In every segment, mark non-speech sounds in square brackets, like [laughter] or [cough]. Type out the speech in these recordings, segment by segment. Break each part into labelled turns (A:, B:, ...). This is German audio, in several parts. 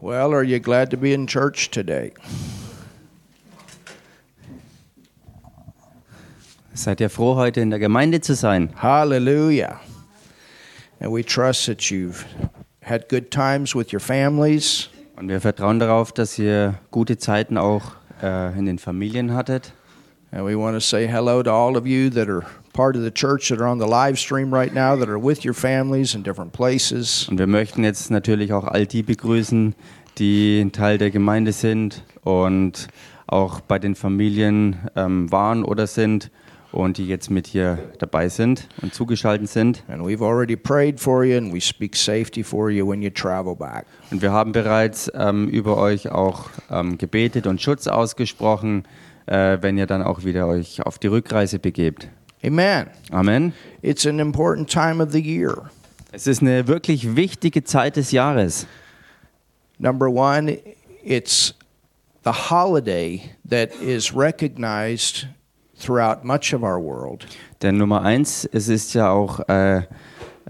A: Well, are you glad to be in church today?
B: Seid ihr froh, heute in der Gemeinde zu sein?
A: Hallelujah. And we trust that you've had good times with your families.
B: Und wir vertrauen darauf, dass ihr gute Zeiten auch äh, in den Familien hattet.
A: And we want to say hello to all of you that are part of the church that are on the live stream right now, that are with your families in different places.
B: Und wir möchten jetzt natürlich auch all die begrüßen, die ein Teil der Gemeinde sind und auch bei den Familien ähm, waren oder sind und die jetzt mit hier dabei sind und zugeschaltet sind.
A: And we've already prayed for you, and we speak safety for you when you travel back.
B: Und wir haben bereits ähm, über euch auch ähm, gebetet und Schutz ausgesprochen, äh, wenn ihr dann auch wieder euch auf die Rückreise begebt.
A: Amen.
B: Amen.
A: It's an important time of the year.
B: Es ist eine wirklich wichtige Zeit des Jahres.
A: Number one, it's the holiday that is recognized throughout much of our world.
B: Denn Nummer eins, es ist ja auch äh,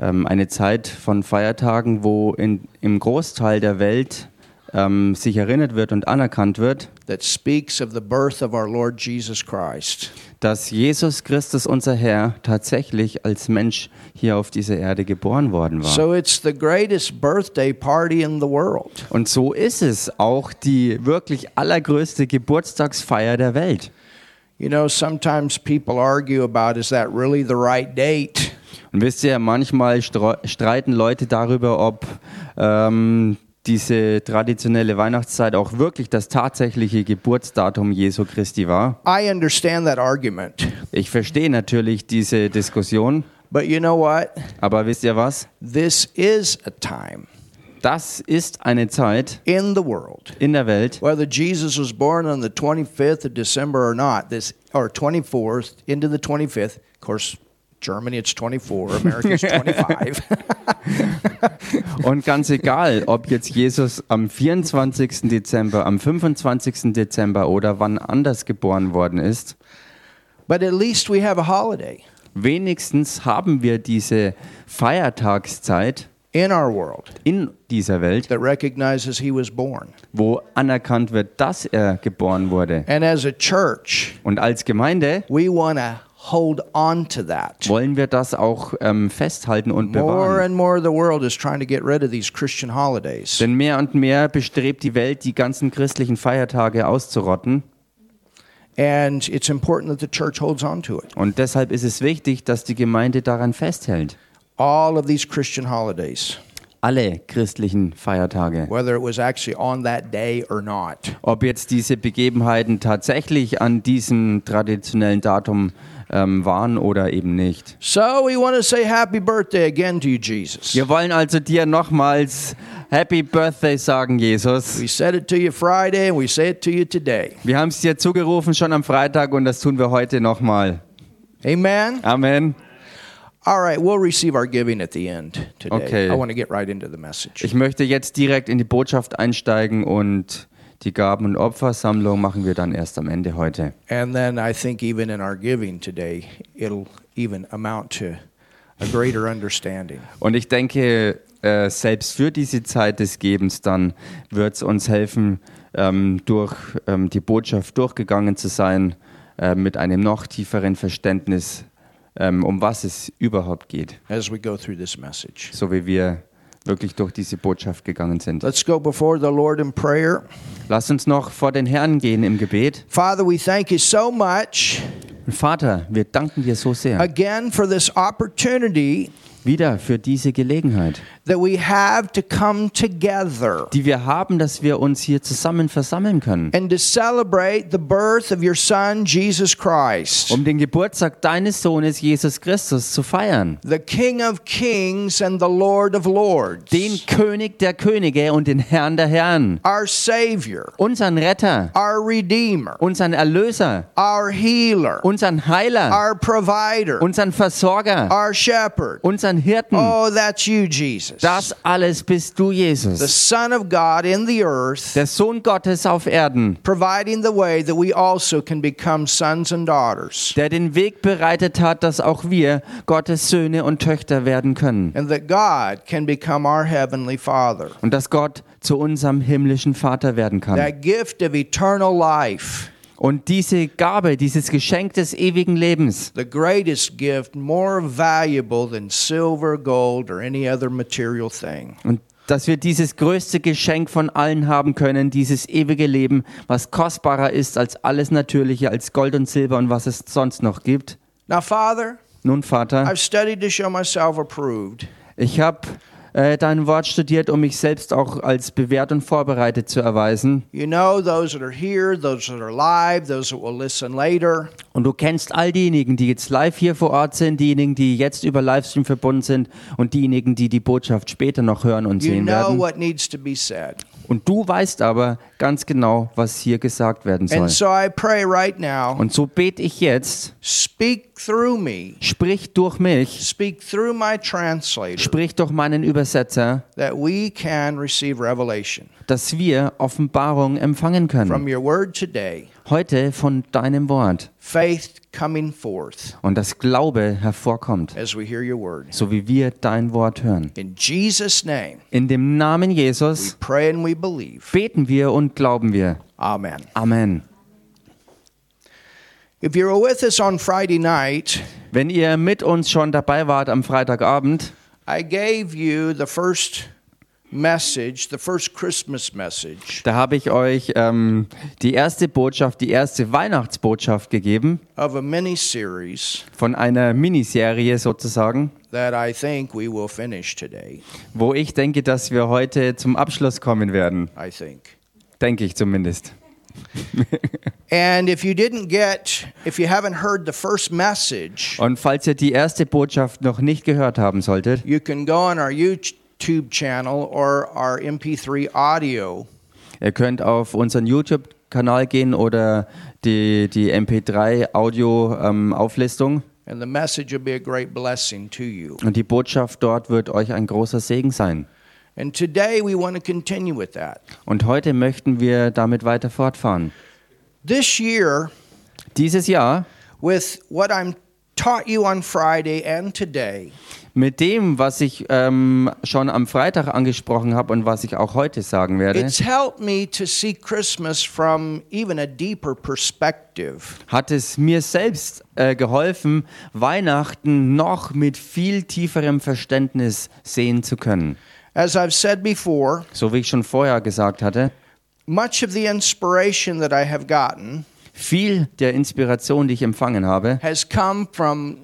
B: ähm, eine Zeit von Feiertagen, wo in, im Großteil der Welt ähm, sich erinnert wird und anerkannt wird,
A: that speaks of the birth of our Lord Jesus Christ.
B: dass Jesus Christus, unser Herr, tatsächlich als Mensch hier auf dieser Erde geboren worden war.
A: So it's the greatest birthday party in the world.
B: Und so ist es auch die wirklich allergrößte Geburtstagsfeier der Welt.
A: You know, sometimes people argue about is that really the right date?
B: Und wisst ihr, manchmal streu- streiten Leute darüber, ob ähm, diese traditionelle Weihnachtszeit auch wirklich das tatsächliche Geburtsdatum Jesu Christi war.
A: I understand that argument.
B: Ich verstehe natürlich diese Diskussion,
A: But you know what?
B: aber wisst ihr was?
A: This is a time
B: Das ist eine Zeit
A: in the world.
B: in der Welt,
A: Whether Jesus was born on the 25th of December or not, this or 24th into the 25th, of course, Germany it's 24, America it's 25.
B: Und ganz egal, ob jetzt Jesus am 24. Dezember, am 25. Dezember oder wann anders geboren worden ist,
A: but at least we have a holiday
B: wenigstens haben wir diese Feiertagszeit
A: in our world.
B: in dieser Welt,
A: that recognizes he was born.
B: wo anerkannt wird, dass er geboren wurde.
A: And as a church,
B: Und als Gemeinde
A: we want to hold on to that.
B: wollen wir das auch ähm, festhalten und
A: More
B: bewahren.
A: and more of the world is trying to get rid of these Christian holidays.
B: Denn mehr und mehr bestrebt die Welt, die ganzen christlichen Feiertage auszurotten.
A: And it's important that the church holds on to it.
B: Und deshalb ist es wichtig, dass die Gemeinde daran festhält.
A: All of these Christian holidays,
B: Alle christlichen Feiertage.
A: whether it was actually on that day or not.
B: Ob jetzt diese Begebenheiten tatsächlich an diesem traditionellen Datum ähm, waren oder eben nicht.
A: So we want to say happy birthday again to you, Jesus.
B: Wir wollen also dir nochmals Happy Birthday sagen, Jesus.
A: We said it to you Friday and we say it to you today.
B: Wir haben es dir zugerufen schon am Freitag und das tun wir heute nochmal.
A: Amen.
B: Amen.
A: All right, we'll receive our giving at the end today.
B: Okay.
A: I want to get right into the message.
B: Ich möchte jetzt direkt in die Botschaft einsteigen und die Gaben- und Opfersammlung machen wir dann erst am Ende heute.
A: And then I think even in our giving today, it'll even amount to a greater understanding.
B: Und ich denke, äh, selbst für diese Zeit des Gebens dann wird es uns helfen, ähm, durch ähm, die Botschaft durchgegangen zu sein, äh, mit einem noch tieferen Verständnis, ähm, um was es überhaupt geht,
A: As we go through this message,
B: so wie wir wirklich durch diese Botschaft gegangen sind.
A: let's go before the Lord in prayer.
B: Lass uns noch vor den Herrn gehen im Gebet.
A: Father, we thank you so much
B: Und Vater, wir danken dir so sehr
A: again for this opportunity
B: wieder für diese Gelegenheit,
A: that we have to come together
B: die wir haben, dass wir uns hier zusammen versammeln können,
A: and to celebrate the birth of your son, Jesus Christ,
B: um den Geburtstag deines Sohnes Jesus Christus zu feiern.
A: the King of kings and the Lord of lords,
B: Den König der Könige und den Herrn der Herren,
A: our Savior,
B: unseren Retter,
A: our Redeemer,
B: unseren Erlöser,
A: our Healer,
B: unseren Heiler,
A: our provider,
B: unseren Versorger,
A: our shepherd,
B: unseren Hirten.
A: Oh, that's you, Jesus.
B: Das alles bist du,
A: the
B: Jesus.
A: Son of God in the earth,
B: Der Sohn Gottes auf Erden,
A: providing the way that we also can become sons and daughters,
B: der den Weg bereitet hat, dass auch wir Gottes Söhne und Töchter werden können.
A: and that God can become our Heavenly Father.
B: Und dass Gott zu unserem himmlischen Vater werden kann.
A: That gift of eternal life,
B: Und diese Gabe, dieses Geschenk des ewigen Lebens,
A: the greatest gift, more valuable than silver, gold, or any other material thing.
B: Und dass wir dieses größte Geschenk von allen haben können, dieses ewige Leben, was kostbarer ist als alles Natürliche, als Gold und Silber und was es sonst noch gibt.
A: Now, Father,
B: Nun, Vater,
A: I've studied to show myself approved.
B: ich habe äh, dein Wort studiert, um mich selbst auch als bewährt und vorbereitet zu erweisen.
A: You know those that are here, those that are live, those that will listen later.
B: Und du kennst all diejenigen, die jetzt live hier vor Ort sind, diejenigen, die jetzt über Livestream verbunden sind und diejenigen, die die Botschaft später noch hören und
A: You
B: sehen
A: know
B: werden.
A: what needs to be said.
B: Und du weißt aber ganz genau, was hier gesagt werden soll.
A: And so I pray right now
B: Und so bete ich jetzt,
A: speak through me,
B: sprich durch mich,
A: speak through my translator,
B: sprich durch meinen Übersetzer,
A: that we can receive revelation
B: dass wir Offenbarung empfangen können.
A: from your word today,
B: Heute von deinem Wort.
A: faith coming forth
B: Und dass Glaube hervorkommt,
A: as we hear your word.
B: so wie wir dein Wort hören.
A: In Jesus' name,
B: In dem Namen
A: we
B: Jesus
A: pray and we believe.
B: beten wir und glauben wir.
A: Amen.
B: Amen.
A: If you were with us on Friday night,
B: Wenn ihr mit uns schon dabei wart am Freitagabend,
A: I gave you the first message, the first Christmas message
B: da habe ich euch ähm, die erste Botschaft, die erste Weihnachtsbotschaft gegeben
A: of a mini series
B: von einer Miniserie sozusagen,
A: that I think we will finish today.
B: wo ich denke, dass wir heute zum Abschluss kommen werden.
A: I think.
B: Denke ich zumindest.
A: And if you didn't get, if you haven't heard the first message,
B: Und falls ihr die erste Botschaft noch nicht gehört haben solltet,
A: you can go on our YouTube channel or our MP3 audio
B: ihr könnt auf unseren YouTube-Kanal gehen oder die, die ähm, MP3-Audio-Auflistung.
A: and the message will be a great blessing to you.
B: und die Botschaft dort wird euch ein großer Segen sein.
A: And today we want to continue with that.
B: Und heute möchten wir damit weiter fortfahren.
A: This year,
B: Dieses Jahr,
A: with what I'm taught you on Friday and today,
B: mit dem, was ich ähm, schon am Freitag angesprochen habe und was ich auch heute sagen werde,
A: It's helped me to see Christmas from even a deeper perspective.
B: hat es mir selbst äh, geholfen, Weihnachten noch mit viel tieferem Verständnis sehen zu können.
A: As I've said before,
B: So wie ich schon vorher gesagt hatte,
A: much of the inspiration that I have gotten
B: viel der Inspiration, die ich empfangen habe,
A: has come from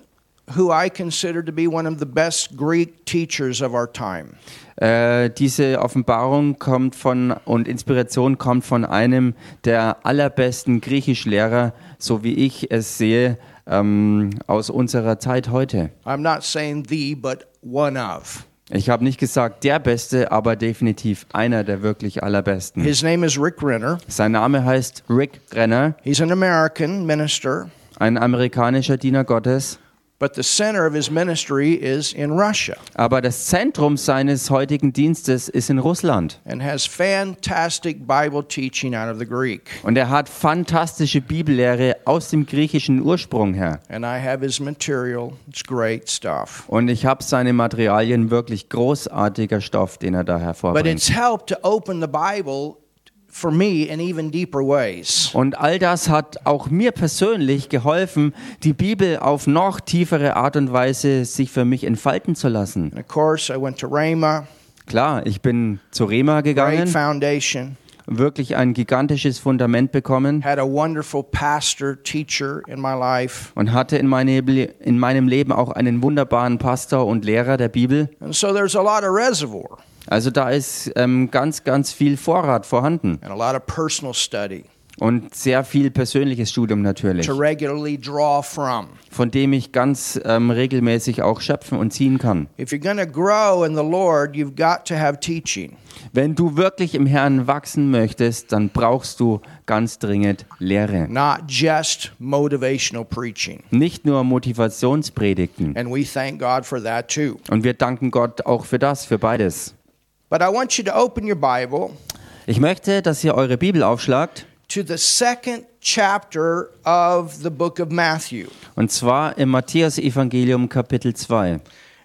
A: who I consider to be one of the best Greek teachers of our time.
B: Äh, diese Offenbarung kommt von und Inspiration kommt von einem der allerbesten Griechischlehrer, so wie ich es sehe, ähm, aus unserer Zeit heute.
A: I'm not saying the, but one of.
B: Ich habe nicht gesagt der Beste, aber definitiv einer der wirklich allerbesten.
A: His name is Rick Renner.
B: Sein Name heißt Rick Renner,
A: He's an American minister,
B: ein amerikanischer Diener Gottes,
A: but the center of his ministry is in Russia
B: aber das Zentrum seines heutigen Dienstes ist in Russland.
A: and has fantastic Bible teaching out of the Greek.
B: Und er hat fantastische Bibellehre aus dem griechischen Ursprung her.
A: and I have his material. It's great stuff.
B: Und ich habe seine Materialien wirklich großartiger Stoff, den er da
A: But
B: hervorbringt.
A: it's helped to open the Bible for me in even deeper ways.
B: Und all das hat auch mir persönlich geholfen, die Bibel auf noch tiefere Art und Weise sich für mich entfalten zu lassen.
A: And of course, I went to Rhema,
B: Klar, ich bin zu Rema
A: great
B: gegangen,
A: foundation,
B: wirklich ein gigantisches Fundament bekommen
A: had a wonderful pastor, teacher in my life.
B: und hatte in, meine, in meinem Leben auch einen wunderbaren Pastor und Lehrer der Bibel.
A: And so there's a lot of reservoir
B: Also da ist ähm, ganz, ganz viel Vorrat vorhanden
A: and a lot of personal study.
B: Und sehr viel persönliches Studium natürlich,
A: to regularly draw from.
B: von dem ich ganz ähm, regelmäßig auch schöpfen und ziehen kann.
A: If you're going to grow in the Lord, you've got to have teaching.
B: Wenn du wirklich im Herrn wachsen möchtest, dann brauchst du ganz dringend Lehre.
A: not just motivational preaching.
B: Nicht nur Motivationspredigten.
A: And we thank God for that too.
B: Und wir danken Gott auch für das, für beides.
A: But I want you to open your Bible
B: Ich möchte, dass ihr eure Bibel aufschlagt.
A: to the second chapter of the book of Matthew.
B: Und zwar im Matthäus-Evangelium Kapitel 2.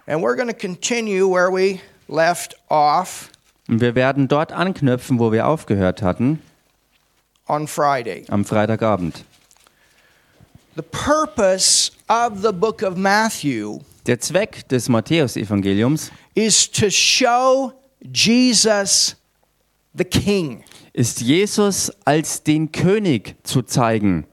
A: And we're going to continue where we left off
B: Und wir werden dort anknüpfen, wo wir aufgehört hatten,
A: on Friday.
B: am Freitagabend.
A: The purpose of the book of Matthew
B: Der Zweck des Matthäus-Evangeliums
A: is to show Jesus the King,
B: ist, Jesus als den König zu zeigen.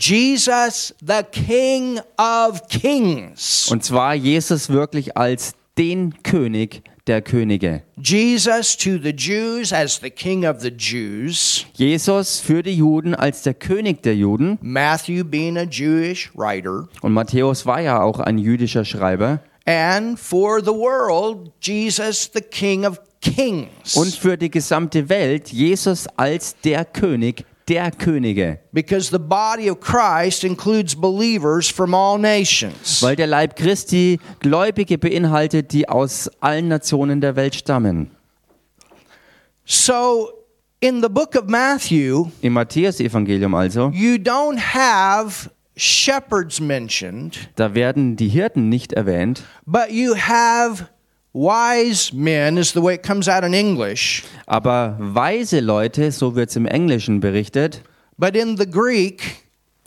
A: Jesus the King of Kings.
B: Und zwar Jesus wirklich als den König der Könige.
A: Jesus to the Jews as the King of the Jews,
B: Jesus für die Juden als der König der Juden.
A: Matthew being a Jewish writer,
B: Und Matthäus war ja auch ein jüdischer Schreiber.
A: and for the world, Jesus the King of Kings.
B: Und für die gesamte Welt Jesus als der König der Könige.
A: because the body of Christ includes believers from all nations.
B: Weil der Leib Christi Gläubige beinhaltet, die aus allen Nationen der Welt stammen.
A: So in the book of Matthew,
B: Im Matthäus-Evangelium also,
A: you don't have shepherds mentioned,
B: da werden die Hirten nicht erwähnt,
A: but you have wise men, is the way it comes out in English.
B: aber weise Leute, so wird es im Englischen berichtet,
A: But in the Greek,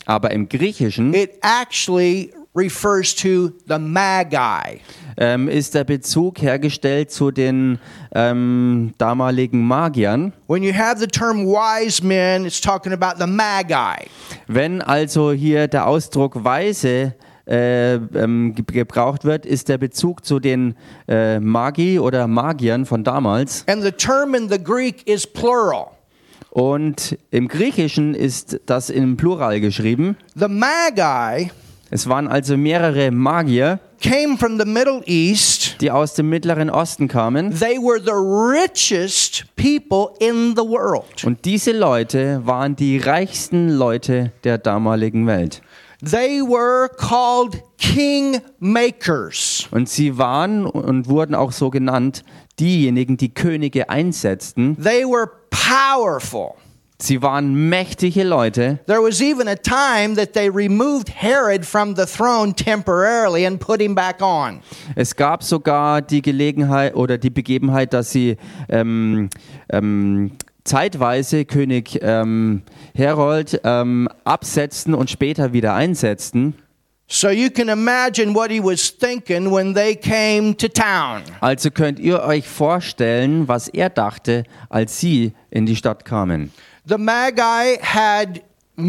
B: aber im Griechischen
A: it actually refers to the Magi.
B: ähm, ist der Bezug hergestellt zu den ähm, damaligen Magiern.
A: When you have the term wise men, it's talking about the Magi.
B: Wenn also hier der Ausdruck Weise äh, ähm, ge- gebraucht wird, ist der Bezug zu den äh, Magi oder Magiern von damals.
A: And the term in the Greek is plural.
B: Und im Griechischen ist das im Plural geschrieben.
A: The Magi
B: Es waren also mehrere Magier,
A: came from the Middle East.
B: die aus dem Mittleren Osten kamen.
A: They were the richest people in the world.
B: Und diese Leute waren die reichsten Leute der damaligen Welt.
A: They were called king makers.
B: Und sie waren und wurden auch so genannt, diejenigen, die Könige einsetzten.
A: They were powerful.
B: Sie waren mächtige Leute.
A: There was even a time that they removed Herod from the throne temporarily and put him back on.
B: Es gab sogar die Gelegenheit oder die Begebenheit, dass sie ähm, ähm, zeitweise König ähm, Herold ähm, absetzten und später wieder einsetzten.
A: So you can imagine what he was thinking when they came to town.
B: Also könnt ihr euch vorstellen, was er dachte, als sie in die Stadt kamen.
A: The Magi had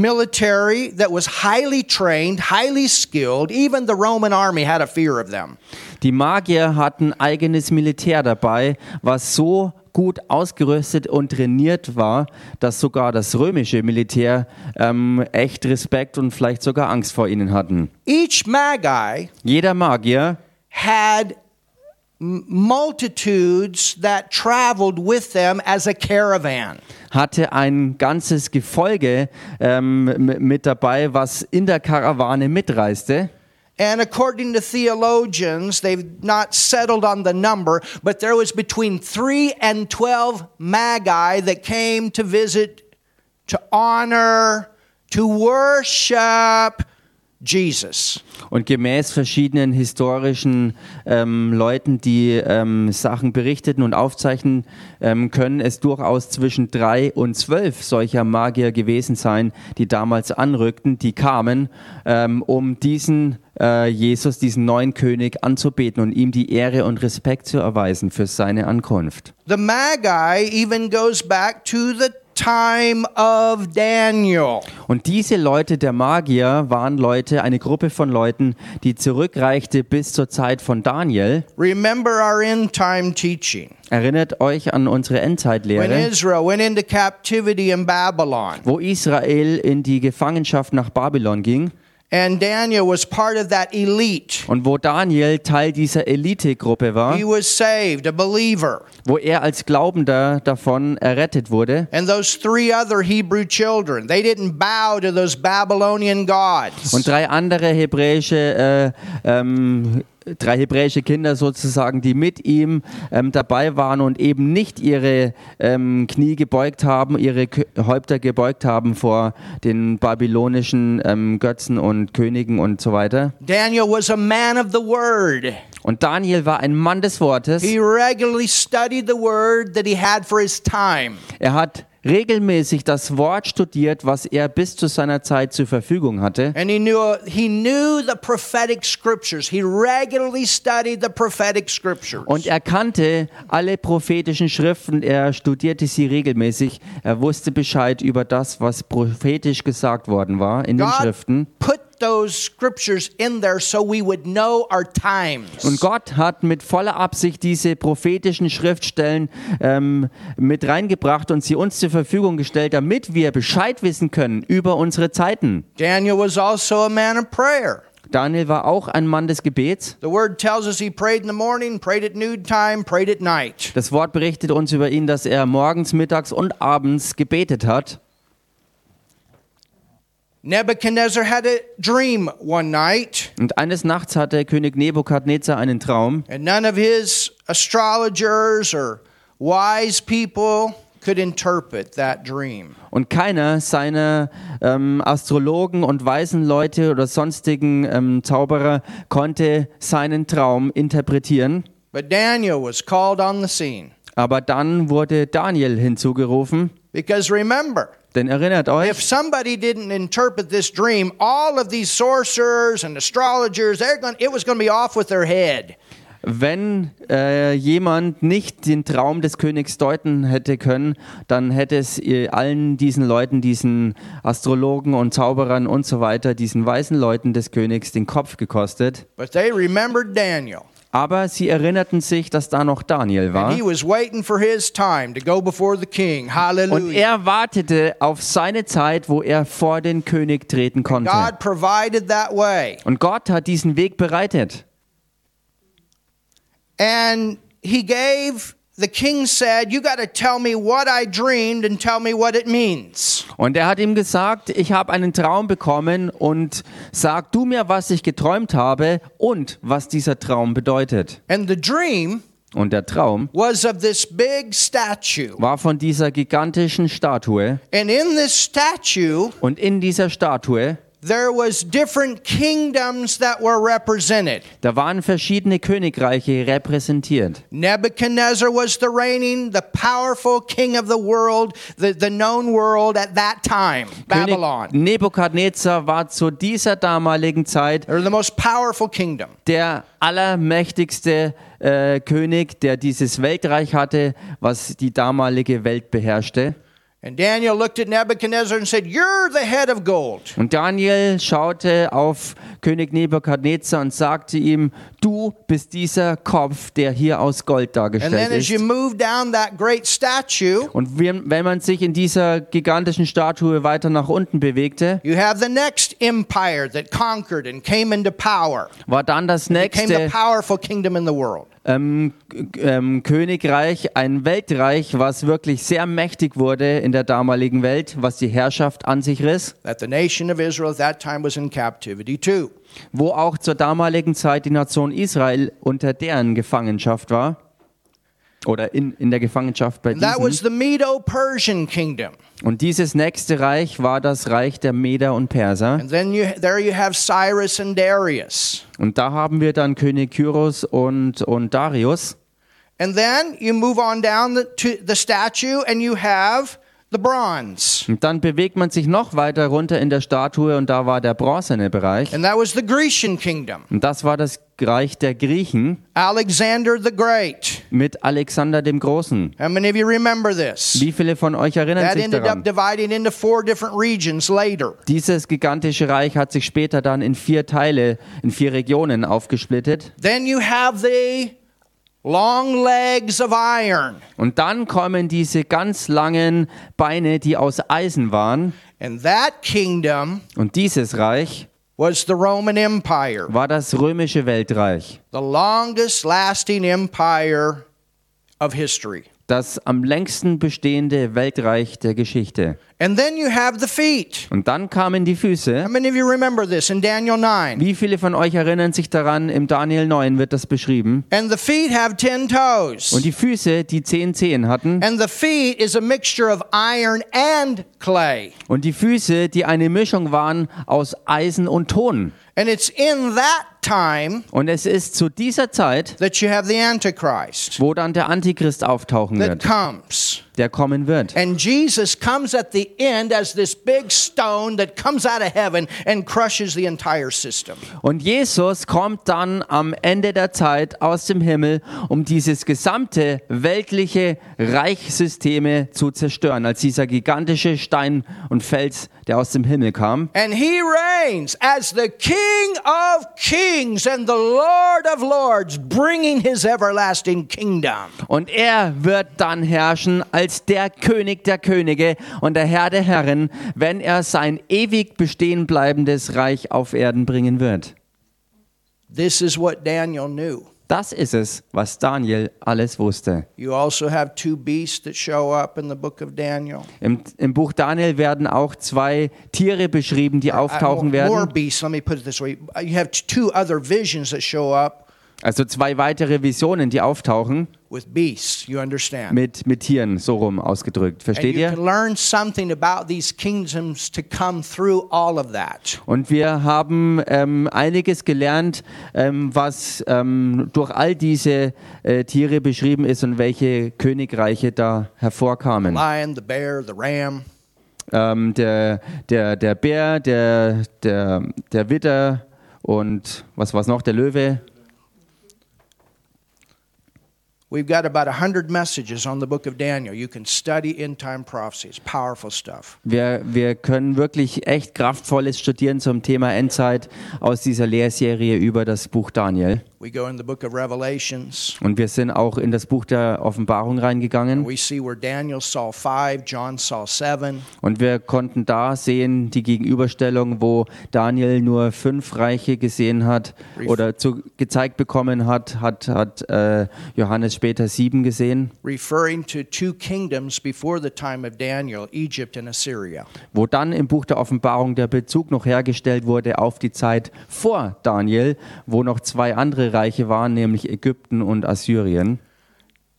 A: military that was highly trained, highly skilled. Even the Roman army had a fear of them.
B: Die Magier hatten eigenes Militär dabei, was so gut ausgerüstet und trainiert war, dass sogar das römische Militär ähm, echt Respekt und vielleicht sogar Angst vor ihnen hatten.
A: Each Magi
B: Jeder Magier
A: had m- multitudes that traveled with them as a caravan.
B: hatte ein ganzes Gefolge ähm, m- mit dabei, was in der Karawane mitreiste.
A: And according to theologians, they've not settled on the number, but there was between 3 and 12 magi that came to visit, to honor, to worship Jesus.
B: Und gemäß verschiedenen historischen ähm, Leuten, die ähm, Sachen berichteten und aufzeichnen, ähm, können es durchaus zwischen drei und zwölf solcher Magier gewesen sein, die damals anrückten, die kamen, ähm, um diesen äh, Jesus, diesen neuen König anzubeten und ihm die Ehre und Respekt zu erweisen für seine Ankunft.
A: The magi even goes back to the time of Daniel.
B: Und diese Leute der Magier waren Leute, eine Gruppe von Leuten, die zurückreichte bis zur Zeit von Daniel.
A: Remember our end time teaching.
B: Erinnert euch an unsere
A: When
B: Endzeitlehre,
A: Israel went into captivity in Babylon,
B: wo Israel in die Gefangenschaft nach Babylon ging
A: and Daniel was part of that elite,
B: und wo Daniel Teil dieser Elitegruppe war,
A: he was saved, a believer.
B: wo er als Glaubender davon errettet wurde.
A: And those three other Hebrew children, they didn't bow to those Babylonian gods.
B: Und drei andere hebräische, äh, ähm, drei hebräische Kinder sozusagen, die mit ihm ähm, dabei waren und eben nicht ihre ähm, Knie gebeugt haben, ihre Kö- Häupter gebeugt haben vor den babylonischen ähm, Götzen und Königen und so weiter.
A: Daniel was a man of the word.
B: Und Daniel war ein Mann des Wortes.
A: He regularly studied the word that he had for his time.
B: Er hat regelmäßig das Wort studiert, was er bis zu seiner Zeit zur Verfügung hatte.
A: And he knew he knew the prophetic scriptures. He regularly studied the prophetic scriptures.
B: Und er kannte alle prophetischen Schriften, er studierte sie regelmäßig, er wusste Bescheid über das, was prophetisch gesagt worden war in den
A: God
B: Schriften.
A: put those scriptures in there so we would know our times.
B: Und Gott hat mit voller Absicht diese prophetischen Schriftstellen ähm, mit reingebracht und sie uns zur Verfügung gestellt, damit wir Bescheid wissen können über unsere Zeiten.
A: Daniel was also a man of prayer.
B: Daniel war auch ein Mann des Gebets.
A: The word tells us he prayed in the morning, prayed at noontime, prayed at night.
B: Das Wort berichtet uns über ihn, dass er morgens, mittags und abends gebetet hat.
A: Nebuchadnezzar had a dream one night,
B: Und eines Nachts hatte König Nebukadnezar einen Traum.
A: and none of his astrologers or wise people could interpret that dream.
B: Und keiner seiner ähm, Astrologen und weisen Leute oder sonstigen ähm, Zauberer konnte seinen Traum interpretieren.
A: But Daniel was called on the scene.
B: Aber dann wurde Daniel hinzugerufen.
A: Because remember,
B: Denn erinnert
A: if
B: euch,
A: somebody didn't interpret this dream, all of these sorcerers and astrologers, they're going it was going to be off with their head.
B: wenn äh, jemand nicht den Traum des Königs deuten hätte können, dann hätte es ihr- allen diesen Leuten, diesen Astrologen und Zauberern und so weiter, diesen weisen Leuten des Königs den Kopf gekostet.
A: But they remembered Daniel.
B: Aber sie erinnerten sich, dass da noch Daniel war.
A: He was waiting for his time to go before the king.
B: Und
A: Hallelujah.
B: er wartete auf seine Zeit, wo er vor den König treten konnte.
A: God provided that way.
B: Und Gott hat diesen Weg bereitet.
A: And he gave the king said, "You got to tell me what I dreamed and tell me what it means."
B: Und er hat ihm gesagt, ich habe einen Traum bekommen und sag du mir, was ich geträumt habe und was dieser Traum bedeutet.
A: And the dream
B: Und der Traum
A: was of this big statue.
B: war von dieser gigantischen Statue.
A: And in this statue
B: Und in dieser Statue,
A: there was different kingdoms that were represented.
B: da waren verschiedene Königreiche repräsentiert.
A: Nebuchadnezzar was the reigning, the powerful king of the world, the, the known world at that time,
B: König
A: Babylon.
B: Nebukadnezar war zu dieser damaligen Zeit
A: They're the most powerful kingdom.
B: der allermächtigste äh, König, der dieses Weltreich hatte, was die damalige Welt beherrschte.
A: And Daniel looked at Nebuchadnezzar and said, You're the head of gold.
B: Und Daniel schaute auf König Nebukadnezar und sagte ihm, du bist dieser Kopf, der hier aus Gold
A: And then
B: dargestellt
A: as you
B: ist.
A: move down that great statue,
B: Und wenn wenn man sich in dieser gigantischen Statue weiter nach unten bewegte,
A: you have the next empire that conquered and came into power.
B: war dann das
A: Became the
B: nächste
A: powerful kingdom in the world.
B: ähm, k- ähm, Königreich, ein Weltreich, was wirklich sehr mächtig wurde in der damaligen Welt, was die Herrschaft an sich riss.
A: That the nation of Israel at that time was in captivity too.
B: wo auch zur damaligen Zeit die Nation Israel unter deren Gefangenschaft war. Oder in, in der Gefangenschaft bei
A: And that was
B: diesen.
A: the Medo Persian kingdom.
B: Und dieses nächste Reich war das Reich der Meder und Perser.
A: And then you, there you have Cyrus and Darius.
B: Und da haben wir dann König Kyros und, und Darius.
A: And then you move on down the, to the statue and you have the the bronze.
B: Und dann bewegt man sich noch weiter runter in der Statue und da war der bronzene Bereich.
A: And that was the Grecian kingdom,
B: Und das war das Reich der Griechen
A: Alexander the Great.
B: mit Alexander dem Großen.
A: How many of you remember this?
B: Wie viele von euch erinnern
A: That
B: sich
A: ended up
B: daran?
A: dividing into four different regions later.
B: Dieses gigantische Reich hat sich später dann in vier Teile, in vier Regionen aufgesplittet.
A: Then you have the long legs of iron.
B: Und dann kommen diese ganz langen Beine, die aus Eisen waren.
A: And that kingdom
B: Und dieses Reich
A: was the Roman Empire,
B: war das römische Weltreich,
A: the longest lasting empire of history.
B: das am längsten bestehende Weltreich der Geschichte.
A: And then you have the feet.
B: Und dann kamen die
A: How
B: Füße.
A: many of you remember this in Daniel 9?
B: Wie viele von euch erinnern sich daran? Im Daniel 9 wird das beschrieben.
A: And the feet have 10
B: Und
A: toes.
B: die Füße, die zehn Zehen hatten.
A: And the feet is a mixture of iron and clay.
B: Und die Füße, die eine Mischung waren aus Eisen und Ton.
A: And it's in that time
B: Und es ist zu dieser Zeit,
A: that you have the Antichrist
B: wo dann der Antichrist auftauchen
A: that
B: wird,
A: comes.
B: der kommen wird.
A: And Jesus comes at the end as this big stone that comes out of heaven and crushes the entire system.
B: Und Jesus kommt dann am Ende der Zeit aus dem Himmel, um dieses gesamte weltliche Reichssysteme zu zerstören, als dieser gigantische Stein und Fels, der aus dem Himmel kam.
A: And he reigns as the King of kings and the Lord of lords, bringing his everlasting kingdom.
B: Und er wird dann herrschen als der König der Könige und der Herr der Herren, wenn er sein ewig bestehen bleibendes Reich auf Erden bringen wird.
A: This is what Daniel knew.
B: Das ist es, was Daniel alles wusste.
A: You also have two beasts that show up in the book of Daniel.
B: Im, Im Buch Daniel werden auch zwei Tiere beschrieben, die
A: Uh,
B: auftauchen
A: more, more
B: werden.
A: beasts, let me put it this way. You have two other visions that show up
B: Also zwei weitere Visionen, die auftauchen,
A: with beasts, you understand.
B: mit, mit Tieren, so rum ausgedrückt.
A: And
B: Versteht
A: you
B: ihr?
A: can learn something about these kingdoms to come through all of that.
B: Und wir haben ähm, einiges gelernt, ähm, was ähm, durch all diese äh, Tiere beschrieben ist und welche Königreiche da hervorkamen.
A: Lion, the bear, the ram.
B: Ähm, der, der, der Bär, der, der, der Witter und was war es noch, der Löwe.
A: We've got about 100 messages on the book of Daniel. You can study end time prophecies. Powerful stuff.
B: Wir, wir können wirklich echt kraftvolles studieren zum Thema Endzeit aus dieser Lehrserie über das Buch Daniel.
A: We go in the book of Revelations.
B: Und wir sind auch in das Buch der Offenbarung reingegangen.
A: We see where Daniel saw five, John saw seven.
B: Und wir konnten da sehen die Gegenüberstellung, wo Daniel nur fünf Reiche gesehen hat oder zu, gezeigt bekommen hat, hat, hat äh, Johannes später sieben gesehen,
A: referring to two kingdoms before the time of Daniel Egypt and Assyria.
B: wo dann im Buch der Offenbarung der Bezug noch hergestellt wurde auf die Zeit vor Daniel, wo noch zwei andere Reiche waren, nämlich Ägypten und Assyrien.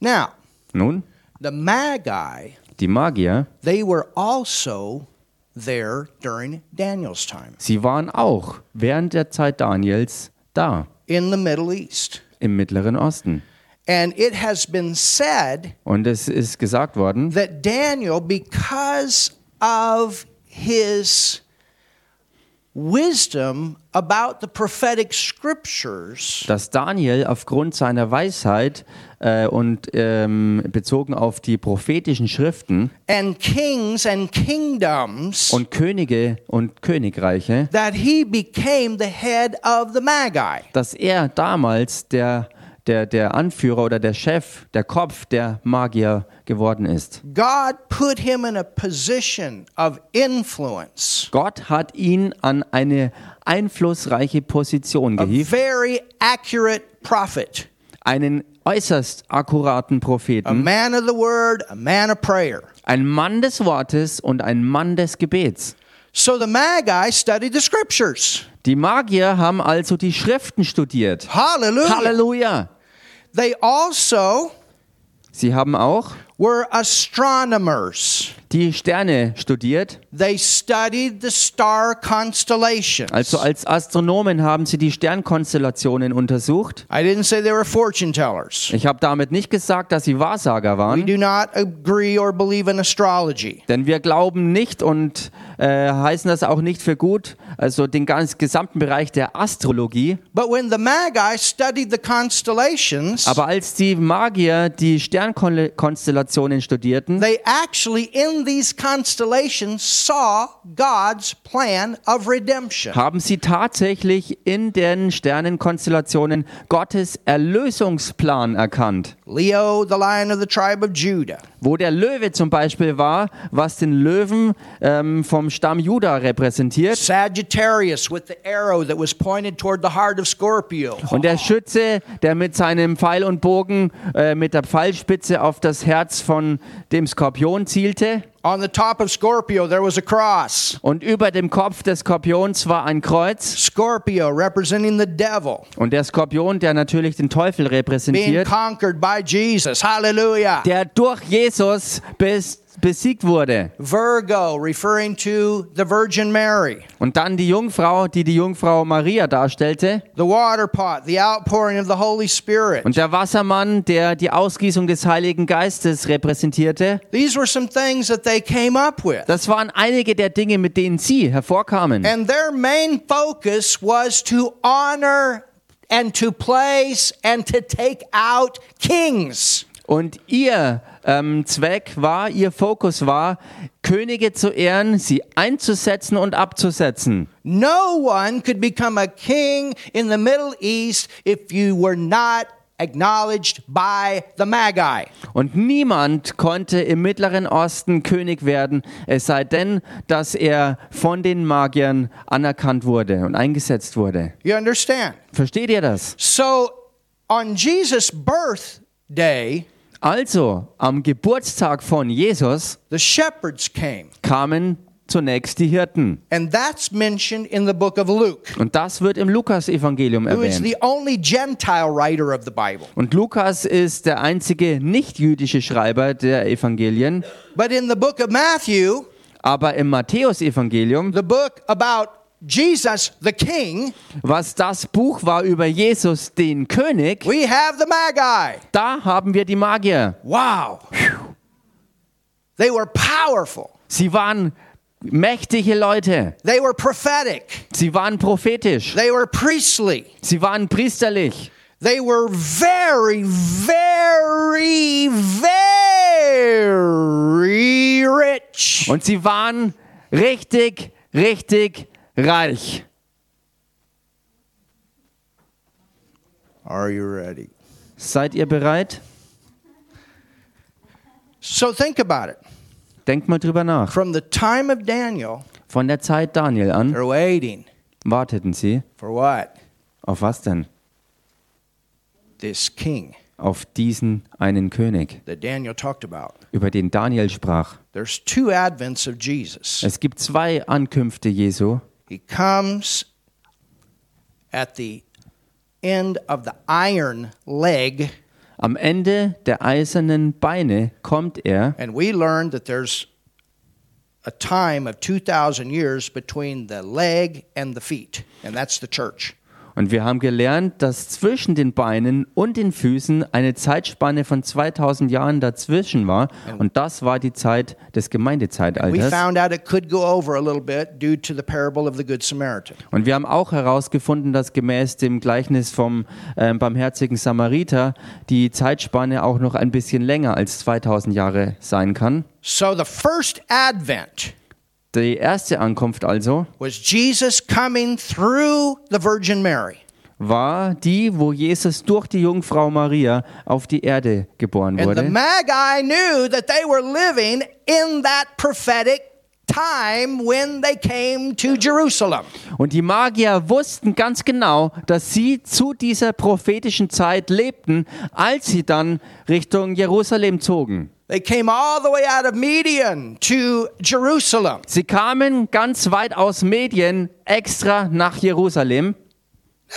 A: Now,
B: Nun,
A: the Magi,
B: die Magier,
A: they were also there during Daniel's time
B: sie waren auch während der Zeit Daniels da
A: in the Middle East.
B: im Mittleren Osten.
A: And it has been said
B: Und es ist gesagt worden,
A: that Daniel, because of his wisdom about the prophetic scriptures,
B: dass Daniel aufgrund seiner Weisheit äh, und ähm, bezogen auf die prophetischen Schriften
A: and kings and kingdoms,
B: und Könige und Königreiche,
A: that he became the head of the Magi.
B: dass er damals der, der, der Anführer oder der Chef, der Kopf der Magier geworden ist.
A: God put him in a position of influence,
B: Gott hat ihn an eine einflussreiche Position
A: a
B: gehievt,
A: very accurate prophet,
B: einen äußerst akkuraten
A: a
B: Propheten,
A: man of the word, a man of prayer.
B: ein Mann des Wortes und ein Mann des Gebets.
A: So the Magi studied the scriptures.
B: Die Magier haben also die Schriften studiert.
A: Hallelujah.
B: Halleluja!
A: They also
B: Sie haben auch
A: were astronomers.
B: die Sterne studiert.
A: They studied the star constellations.
B: Also als Astronomen haben sie die Sternkonstellationen untersucht.
A: I didn't say they were fortune tellers.
B: Ich habe damit nicht gesagt, dass sie Wahrsager
A: We
B: waren,
A: do not agree or believe in astrology.
B: denn wir glauben nicht und äh, heißen das auch nicht für gut, also den ganz gesamten Bereich der Astrologie.
A: But when the Magi studied the constellations,
B: Aber als die Magier die Sternkonstellationen studierten,
A: they actually, in these constellations, saw God's plan of redemption.
B: haben sie tatsächlich in den Sternenkonstellationen Gottes Erlösungsplan erkannt.
A: Leo, the lion of the tribe of Judah,
B: wo der Löwe zum Beispiel war, was den Löwen ähm, vom Stamm Juda repräsentiert.
A: Sagittarius with the arrow that was pointed toward the heart of Scorpio,
B: Und der Schütze, der mit seinem Pfeil und Bogen, äh, mit der Pfeilspitze auf das Herz von dem Skorpion zielte.
A: on the top of Scorpio, there was a cross.
B: Und über dem Kopf des Skorpions war ein Kreuz.
A: Scorpio representing the devil
B: Und der Skorpion, der natürlich den Teufel
A: being
B: repräsentiert,
A: conquered by Jesus. Hallelujah.
B: der durch Jesus bes besiegt wurde.
A: Virgo referring to the Virgin Mary.
B: Und dann die Jungfrau, die die Jungfrau Maria darstellte.
A: the water pot, the outpouring of the Holy Spirit.
B: Und der Wassermann, der die Ausgießung des Heiligen Geistes repräsentierte.
A: These were some things that they came up with.
B: Das waren einige der Dinge, mit denen sie hervorkamen.
A: And their main focus was to honor and to place and to take out kings.
B: Und ihr ähm, Zweck war, ihr Fokus war, Könige zu ehren, sie einzusetzen und abzusetzen.
A: No one could become a king in the Middle East if you were not acknowledged by the Magi.
B: Und niemand konnte im Mittleren Osten König werden, es sei denn, dass er von den Magiern anerkannt wurde und eingesetzt wurde.
A: You understand?
B: Versteht ihr das?
A: So on Jesus' birthday,
B: Also, am Geburtstag von Jesus
A: the shepherds came.
B: kamen zunächst die Hirten.
A: And that's mentioned in the book of Luke.
B: Und das wird im Lukas-Evangelium
A: who is
B: erwähnt.
A: the only Gentile writer of the Bible.
B: Und Lukas ist der einzige nicht-jüdische Schreiber der Evangelien.
A: But in the book of Matthew,
B: Aber im Matthäusevangelium,
A: the book about Jesus the King,
B: was das Buch war über Jesus, den König,
A: we have the Magi.
B: da haben wir die Magier.
A: Wow. They were powerful,
B: Sie waren mächtige Leute.
A: they were prophetic,
B: Sie waren prophetisch.
A: they were priestly,
B: Sie waren priesterlich.
A: they were very, very, very rich.
B: Und sie waren richtig, richtig reich.
A: Are you ready?
B: Seid ihr bereit?
A: So think about it.
B: Denkt mal drüber nach.
A: From the time of Daniel,
B: Von der Zeit Daniel an
A: they're waiting
B: warteten sie.
A: for what?
B: Auf was denn?
A: this king
B: Auf diesen einen König.
A: that Daniel talked about.
B: über den Daniel sprach.
A: There's two advents of Jesus.
B: Es gibt zwei Ankünfte Jesu.
A: He comes at the end of the iron leg,
B: Am Ende der eisernen Beine kommt er.
A: and we learned that there's a time of 2,000 years between the leg and the feet, and that's the church.
B: Und wir haben gelernt, dass zwischen den Beinen und den Füßen eine Zeitspanne von 2000 Jahren dazwischen war. Und das war die Zeit
A: Oh.
B: des
A: We
B: Gemeindezeitalters.
A: found out it could go over a little bit due to the parable of the Good Samaritan.
B: Und wir haben auch herausgefunden, dass gemäß dem Gleichnis vom ähm, barmherzigen Samariter die Zeitspanne auch noch ein bisschen länger als 2000 Jahre sein kann.
A: So the first advent
B: Die erste Ankunft also
A: was Jesus coming through the Virgin Mary.
B: war die, wo Jesus durch die Jungfrau Maria auf die Erde
A: And
B: geboren
A: the
B: wurde.
A: Magi knew that they were living in that prophetic time when they came to Jerusalem.
B: Und die Magier wussten ganz genau, dass sie zu dieser prophetischen Zeit lebten, als sie dann Richtung Jerusalem zogen.
A: They came all the way out of Median to Jerusalem.
B: Sie kamen ganz weit aus Medien extra nach Jerusalem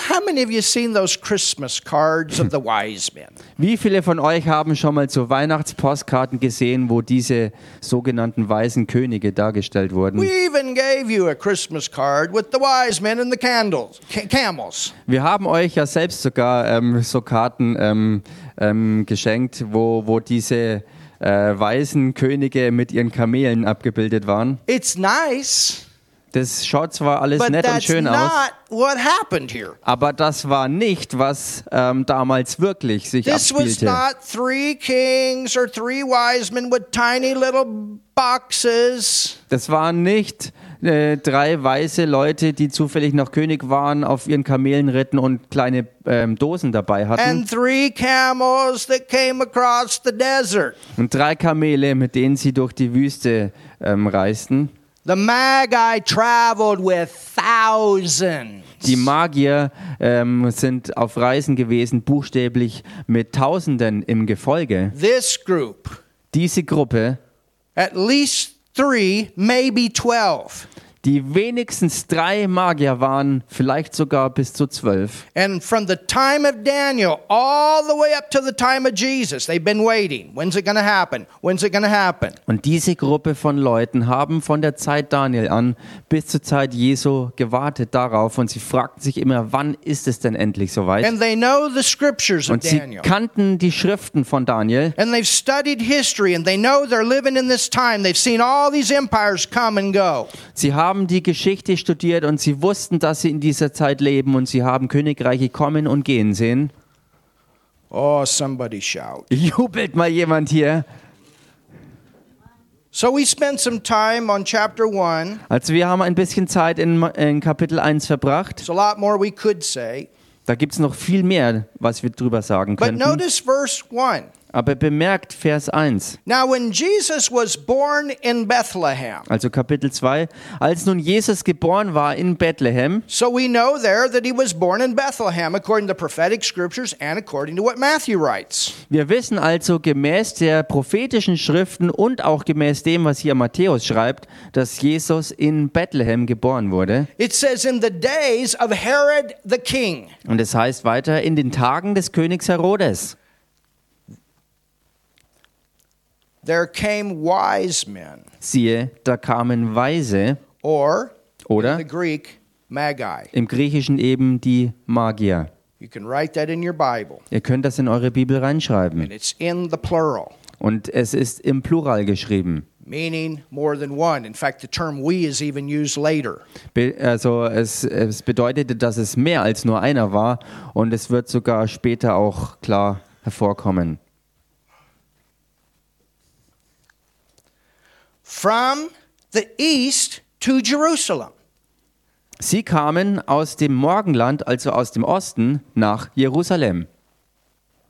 A: How many of you seen those Christmas cards of the wise men?
B: Wie viele von euch haben schon mal so Weihnachtspostkarten gesehen, wo diese sogenannten weißen Könige dargestellt wurden?
A: We even gave you a Christmas card with the wise men and the candles, ca- camels.
B: Wir haben euch ja selbst sogar ähm, so Karten ähm, ähm, geschenkt, wo, wo diese äh, weißen Könige mit ihren Kamelen abgebildet waren.
A: It's nice,
B: Das schaut zwar alles
A: but
B: nett und
A: that's
B: schön aus,
A: not what happened here.
B: aber das war nicht, was ähm, damals wirklich sich
A: This was
B: abspielte.
A: not three kings or three wise men with tiny little boxes.
B: Das waren nicht äh, drei weiße Leute, die zufällig noch König waren, auf ihren Kamelen ritten und kleine ähm, Dosen dabei hatten.
A: and three camels that came across the desert.
B: und drei Kamele, mit denen sie durch die Wüste ähm, reisten.
A: The Magi traveled with thousands.
B: Die Magier ähm, sind auf Reisen gewesen, buchstäblich mit Tausenden im Gefolge.
A: This group,
B: Diese Gruppe,
A: at least three, maybe 12.
B: die wenigstens drei Magier waren, vielleicht sogar bis zu zwölf.
A: And from the time of Daniel all the way up to the time of Jesus, they've been waiting. When's it going to happen? When's it going to happen?
B: Und diese Gruppe von Leuten haben von der Zeit Daniel an bis zur Zeit Jesu gewartet darauf und sie fragten sich immer, wann ist es denn endlich soweit?
A: And they know the scriptures of
B: Und sie
A: Daniel.
B: kannten die Schriften von Daniel
A: And they've studied history and they know they're living in this time. They've seen all these empires come and go.
B: Sie haben die Geschichte studiert und sie wussten, dass sie in dieser Zeit leben und sie haben Königreiche kommen und gehen sehen.
A: Oh, somebody shout.
B: Jubelt mal jemand hier.
A: So we spent some time on chapter 1.
B: Also wir haben ein bisschen Zeit in, in Kapitel 1 verbracht.
A: There's a lot more we could say.
B: Da gibt es noch viel mehr, was wir drüber sagen
A: But
B: könnten.
A: notice verse 1.
B: Aber bemerkt Vers 1,
A: Now, when Jesus was born in Bethlehem,
B: also Kapitel 2. Als nun Jesus geboren war in Bethlehem,
A: so we know there that he was born in Bethlehem according to prophetic scriptures and according to what Matthew writes.
B: wir wissen also gemäß der prophetischen Schriften und auch gemäß dem, was hier Matthäus schreibt, dass Jesus in Bethlehem geboren wurde.
A: It says, In the days of Herod the king,
B: Und es heißt weiter, in den Tagen des Königs Herodes,
A: there came wise men,
B: siehe, da kamen Weise,
A: or
B: oder
A: the Greek, magi.
B: im Griechischen eben die Magier.
A: You can write that in your Bible,
B: Ihr könnt das in eure Bibel
A: and
B: reinschreiben.
A: it's in the plural.
B: Und es ist im Plural geschrieben.
A: meaning more than one. In fact, the term we is even used later.
B: Be also es, es bedeutete, dass es mehr als nur einer war und es wird sogar später auch klar hervorkommen.
A: From the east to Jerusalem.
B: Sie kamen aus dem Morgenland, also aus dem Osten, nach Jerusalem.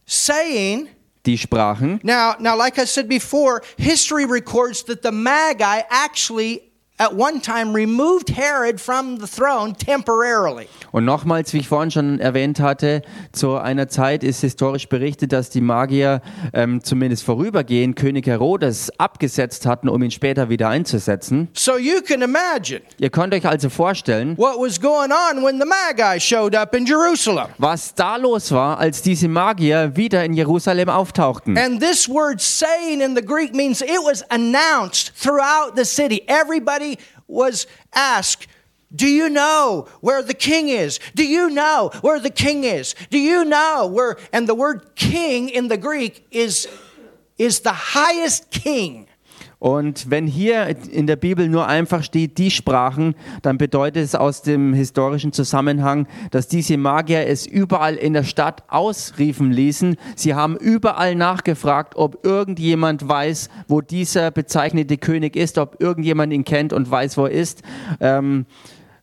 A: Saying,
B: Die sprachen,
A: now, now, like I said before, history records that the Magi actually at one time removed Herod from the throne temporarily.
B: Und nochmals, wie ich vorhin schon erwähnt hatte, zu einer Zeit ist historisch berichtet, dass die Magier ähm, zumindest vorübergehend König Herodes abgesetzt hatten, um ihn später wieder einzusetzen.
A: So you can imagine
B: Ihr könnt euch also vorstellen,
A: what was going on when the Magi showed up in Jerusalem.
B: was da los war, als diese Magier wieder in Jerusalem auftauchten.
A: And this word saying in the Greek means it was announced throughout the city. Everybody was asked, Do you know where the king is? Do you know where the king is? Do you know where? And the word king in the Greek is, is the highest king.
B: Und wenn hier in der Bibel nur einfach steht, die sprachen, dann bedeutet es aus dem historischen Zusammenhang, dass diese Magier es überall in der Stadt ausriefen ließen. Sie haben überall nachgefragt, ob irgendjemand weiß, wo dieser bezeichnete König ist, ob irgendjemand ihn kennt und weiß, wo er ist. Ähm,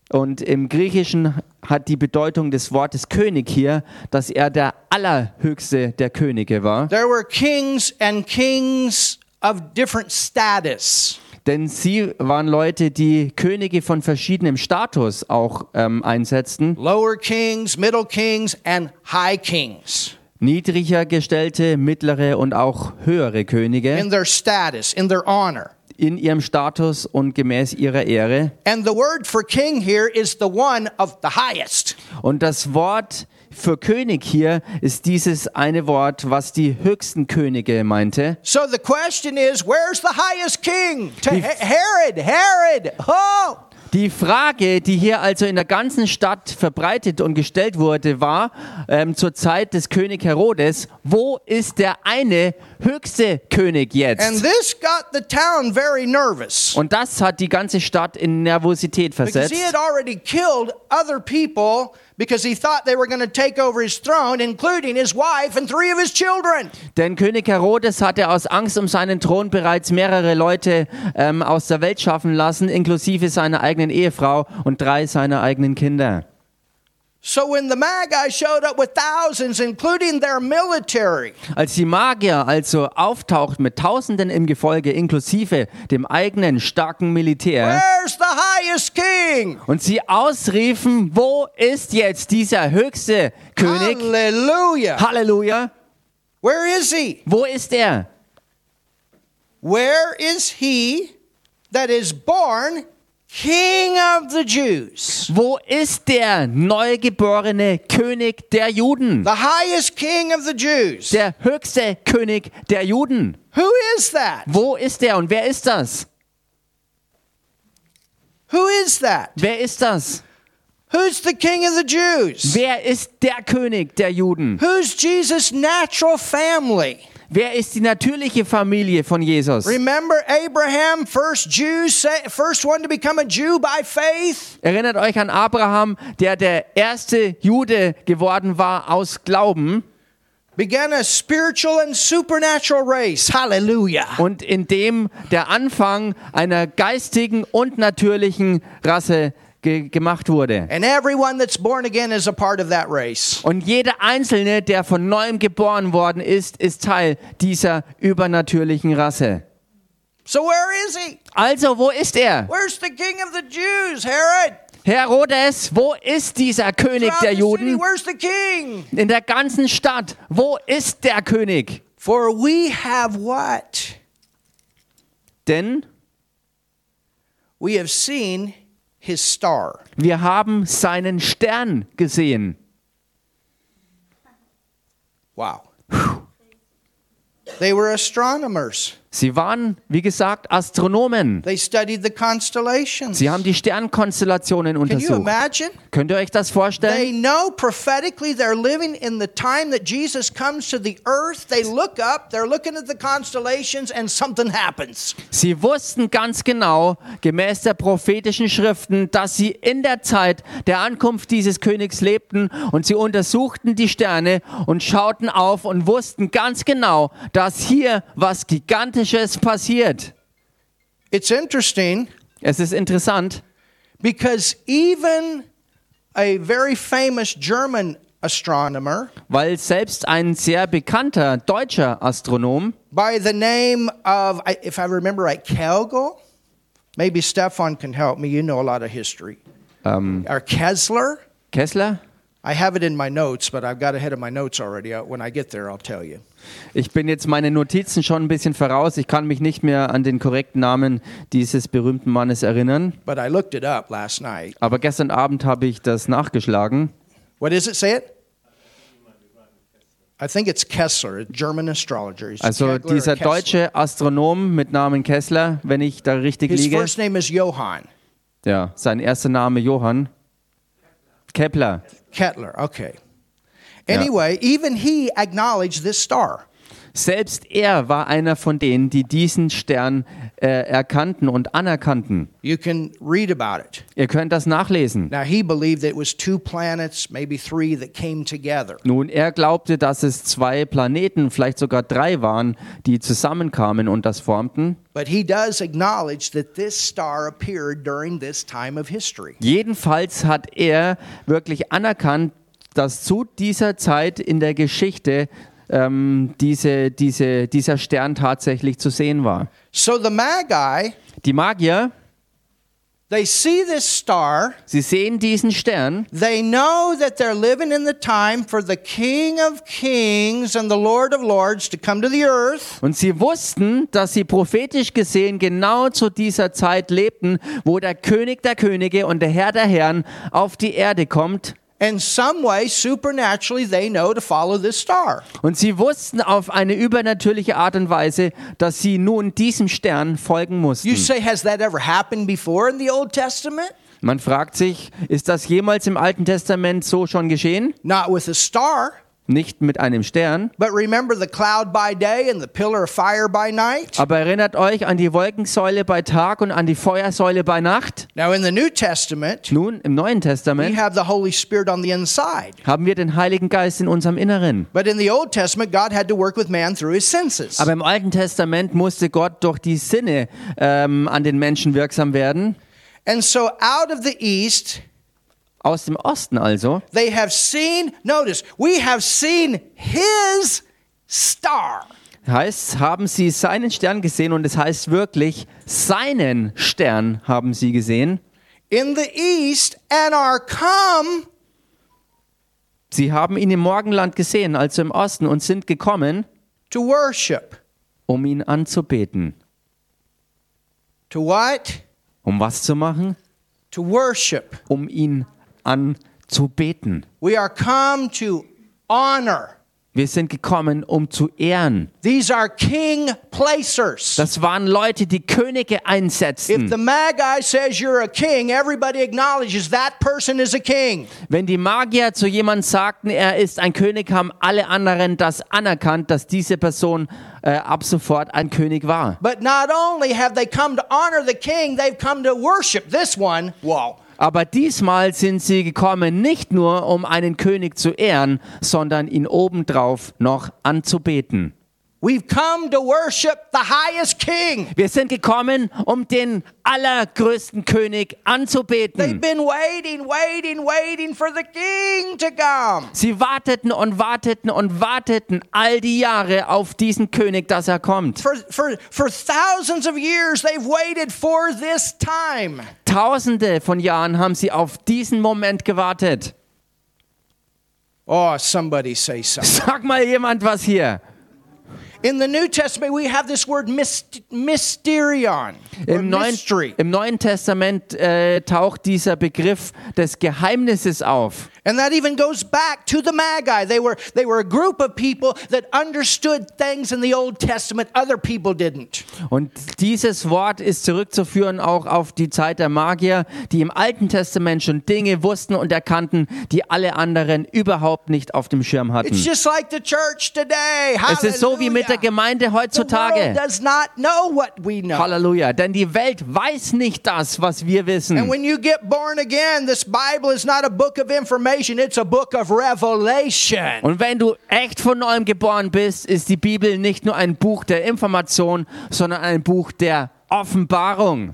B: und im Griechischen hat die Bedeutung des Wortes König hier, dass er der allerhöchste der Könige war.
A: There were kings and kings of different status.
B: Denn sie waren Leute, die Könige von verschiedenem Status auch ähm, einsetzten.
A: Lower kings, middle kings, and high kings
B: Niedriger gestellte, mittlere und auch höhere Könige
A: in their status, in their honor.
B: in ihrem Status und gemäß ihrer Ehre.
A: And the word for king here is the one of the highest.
B: Und das Wort für König hier ist dieses eine Wort, was die höchsten Könige meinte.
A: So the question is, where's the highest king? To He- Herod, Herod. Oh,
B: Die Frage, die hier also in der ganzen Stadt verbreitet und gestellt wurde, war ähm, zur Zeit des König Herodes, wo ist der eine höchste
A: and
B: König jetzt?
A: this got the town very nervous
B: Und das hat die ganze Stadt in Nervosität
A: because
B: versetzt,
A: he had already killed other people because he thought they were going to take over his throne, including his wife and three of his children.
B: denn König Herodes hatte aus Angst um seinen Thron bereits mehrere Leute ähm, aus der Welt schaffen lassen, inklusive seiner eigenen Ehefrau und drei seiner eigenen Kinder.
A: So when the Magi showed up with thousands, including their military,
B: Als die Magier also auftaucht mit Tausenden im Gefolge, inklusive dem eigenen starken Militär,
A: where's the highest king?
B: und sie ausriefen, wo ist jetzt dieser höchste König?
A: Hallelujah.
B: Halleluja!
A: Where is he?
B: Wo ist er?
A: Where is he that is born King of the Jews?
B: Wo ist der neugeborene König der Juden?
A: The highest King of the Jews.
B: Der höchste König der Juden.
A: Who is that?
B: Wo ist er und wer ist das?
A: Who is that?
B: Wer ist das?
A: Who's the King of the Jews?
B: Wer ist der König der Juden?
A: Who's Jesus' natural family?
B: Wer ist die natürliche Familie von Jesus?
A: Remember Abraham, first Jew, se- first one to become a Jew by faith?
B: Erinnert euch an Abraham, der der erste Jude geworden war aus Glauben
A: Began a spiritual and supernatural race. Hallelujah.
B: und in dem der Anfang einer geistigen und natürlichen Rasse ge gemacht wurde.
A: And everyone that's born again is a part of that race.
B: Und jeder Einzelne, der von neuem geboren worden ist, ist Teil dieser übernatürlichen Rasse.
A: So where is he?
B: Also, wo ist er?
A: Where's the king of the Jews, Herod?
B: Herodes, wo ist dieser König
A: Throughout
B: der
A: the city,
B: Juden?
A: where's the king?
B: In der ganzen Stadt, wo ist der König?
A: For we have what?
B: Denn
A: We have seen his star.
B: wir haben seinen Stern gesehen.
A: Wow. They were astronomers.
B: Sie waren, wie gesagt, Astronomen.
A: They studied the constellations.
B: Sie haben die Sternkonstellationen
A: Can you
B: untersucht.
A: imagine?
B: Könnt ihr euch das
A: They
B: vorstellen?
A: know prophetically they're living in the time that Jesus comes to the earth. They look up, they're looking at the constellations, and something happens.
B: Sie wussten ganz genau, gemäß der prophetischen Schriften, dass sie in der Zeit der Ankunft dieses Königs lebten und sie untersuchten die Sterne und schauten auf und wussten ganz genau, dass hier was Gigantisches passiert.
A: It's interesting
B: Es ist interessant,
A: Because even a very famous German astronomer
B: weil selbst ein sehr bekannter deutscher Astronom
A: by the name of, I- if I remember right, Kegel, maybe Stefan can help me, you know a lot of history,
B: Um,
A: or Kessler.
B: Kessler,
A: I have it in my notes, but I've got ahead of my notes already. Uh, When I get there, I'll tell you.
B: Ich bin jetzt meine Notizen schon ein bisschen voraus. Ich kann mich nicht mehr an den korrekten Namen dieses berühmten Mannes erinnern.
A: But I looked it up last night.
B: Aber gestern Abend habe ich das nachgeschlagen.
A: What is it? Say it. I think it's Kessler, a German astrologer. Is it
B: Also
A: Kegler or
B: dieser
A: Kessler?
B: deutsche Astronom mit Namen Kessler, wenn ich da richtig
A: His
B: liege.
A: first name is Johann
B: Ja, sein erster Name Johann Kepler.
A: Kettler, okay. Anyway, even he acknowledged this star.
B: Selbst er war einer von denen, die diesen Stern äh, erkannten und anerkannten.
A: You can read about it.
B: Ihr könnt das nachlesen.
A: Now, he believed that it was two planets, maybe three, that came together.
B: Nun, er glaubte, dass es zwei Planeten, vielleicht sogar drei waren, die zusammenkamen und das formten.
A: But he does acknowledge that this star appeared during this time of history.
B: Jedenfalls hat er wirklich anerkannt, dass zu dieser Zeit in der Geschichte ähm, diese, diese, dieser Stern tatsächlich zu sehen war.
A: So the Magi
B: Die Magier
A: They see this star.
B: Sie sehen diesen Stern
A: They know that they're living in the time for the King of Kings and the Lord of Lords to come to the earth.
B: und sie wussten, dass sie prophetisch gesehen genau zu dieser Zeit lebten, wo der König der Könige und der Herr der Herren auf die Erde kommt.
A: And some way, supernaturally, they know to follow this star.
B: Und sie wussten auf eine übernatürliche Art und Weise, dass sie nun diesem Stern folgen
A: You
B: mussten.
A: say, has that ever happened before in the Old Testament?
B: Man fragt sich, ist das jemals im Alten Testament so schon geschehen?
A: Not with a star,
B: Nicht mit einem Stern.
A: but remember the cloud by day and the pillar of fire by night?
B: Aber erinnert euch an die Wolkensäule bei Tag und an die Feuersäule bei Nacht.
A: Now, in the New Testament,
B: Nun, im Neuen
A: we
B: Testament
A: have the Holy Spirit on the inside.
B: haben wir den Heiligen Geist in unserem Inneren.
A: But in the Old Testament, God had to work with man through his senses.
B: Aber im Alten Testament musste Gott durch die Sinne ähm, an den Menschen wirksam werden.
A: And so, out of the east,
B: Aus dem Osten also.
A: They have seen, notice, we have seen his star.
B: Heißt, haben sie seinen Stern gesehen und es heißt wirklich, seinen Stern haben sie gesehen.
A: In the east and are come
B: Sie haben ihn im Morgenland gesehen, also im Osten, und sind gekommen,
A: to worship.
B: um ihn anzubeten.
A: To what?
B: Um was zu machen?
A: To worship.
B: Um ihn anzubeten.
A: We are come to honor.
B: Wir sind gekommen, um zu ehren.
A: These are king placers.
B: Das waren Leute, die Könige
A: If
B: einsetzten.
A: the Magi says you're a king, everybody acknowledges that person is a king.
B: Wenn die Magier zu jemandem sagten, er ist ein König, haben alle anderen das anerkannt, dass diese Person äh, ab sofort ein König war.
A: But not only have they come to honor the king, they've come to worship this one. Whoa.
B: Aber diesmal sind sie gekommen, nicht nur um einen König zu ehren, sondern ihn obendrauf noch anzubeten.
A: We've come to worship the highest king.
B: Wir sind gekommen, um den allergrößten König
A: They've
B: anzubeten.
A: been waiting, waiting, waiting for the king to come.
B: Sie warteten und warteten und warteten all die Jahre auf diesen König, dass er kommt.
A: For, for, for thousands of years, they've waited for this time.
B: Tausende von Jahren haben sie auf diesen Moment gewartet. [laughs]
A: Oh, somebody say something.
B: Sag mal jemand was hier.
A: In the New Testament, we have this word myst- mysterion, or
B: Im Neuen,
A: mystery.
B: Im Neuen Testament äh, taucht dieser Begriff des Geheimnisses auf.
A: And that even goes back to the Magi. They were, they were a group of people that understood things in the Old Testament other people didn't.
B: Und dieses Wort ist zurückzuführen auch auf die Zeit der Magier, die im Alten Testament schon Dinge wussten und erkannten, die alle anderen überhaupt nicht auf dem Schirm
A: It's
B: hatten.
A: just like the church today.
B: Es ist Hmm. so wie mit
A: Hallelujah.
B: der Gemeinde
A: The world
B: heutzutage.
A: does not know what we know.
B: Halleluja, denn die Welt weiß nicht das, was wir
A: And
B: wissen.
A: when you get born again, this Bible is not a book of information, it's a book of revelation.
B: Und wenn du echt von neuem geboren bist, ist die Bibel nicht nur ein Buch der Information, sondern ein Buch der Offenbarung.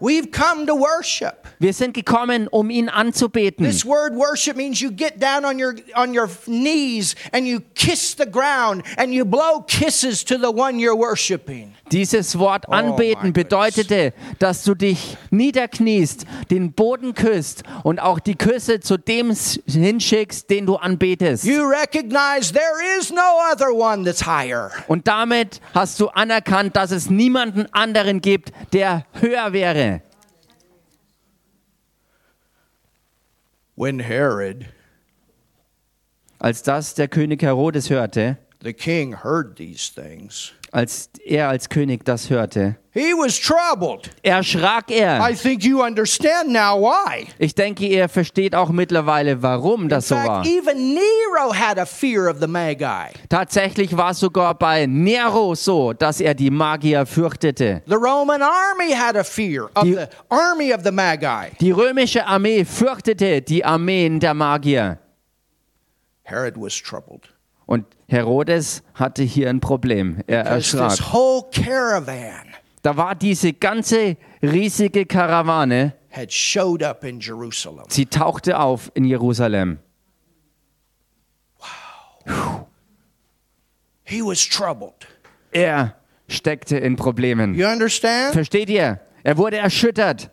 A: We've come to worship.
B: Wir sind gekommen, um ihn anzubeten.
A: This word worship means you get down on your on your knees and you kiss the ground and you blow kisses to the one you're worshiping.
B: Dieses Wort
A: Oh mein
B: anbeten bedeutete, dass du dich niederkniest, den Boden küsst und auch die Küsse zu dem s- hinschickst, den du anbetest.
A: You recognize there is no other one that's higher.
B: Und damit hast du anerkannt, dass es niemanden anderen gibt, der höher wäre.
A: When Herod
B: Als das der König Herodes hörte,
A: the king heard these things,
B: als er als König das hörte,
A: he was troubled.
B: erschrak er.
A: I think you understand now why.
B: Ich denke, ihr versteht auch mittlerweile, warum das so
A: In
B: war.
A: fact, even Nero had a fear of the Magi.
B: Tatsächlich war es sogar bei Nero so, dass er die Magier fürchtete.
A: The Roman army had a fear of
B: Die-
A: the army of the Magi.
B: Die römische Armee fürchtete die Armeen der Magier.
A: Herod was troubled.
B: Und Herodes hatte hier ein Problem. Er
A: There's this
B: erschrak.
A: whole caravan
B: Da war diese ganze riesige Karawane,
A: had showed up in Jerusalem.
B: sie tauchte auf in Jerusalem.
A: He was troubled.
B: Er steckte in Problemen.
A: You understand?
B: Versteht ihr? Er wurde erschüttert.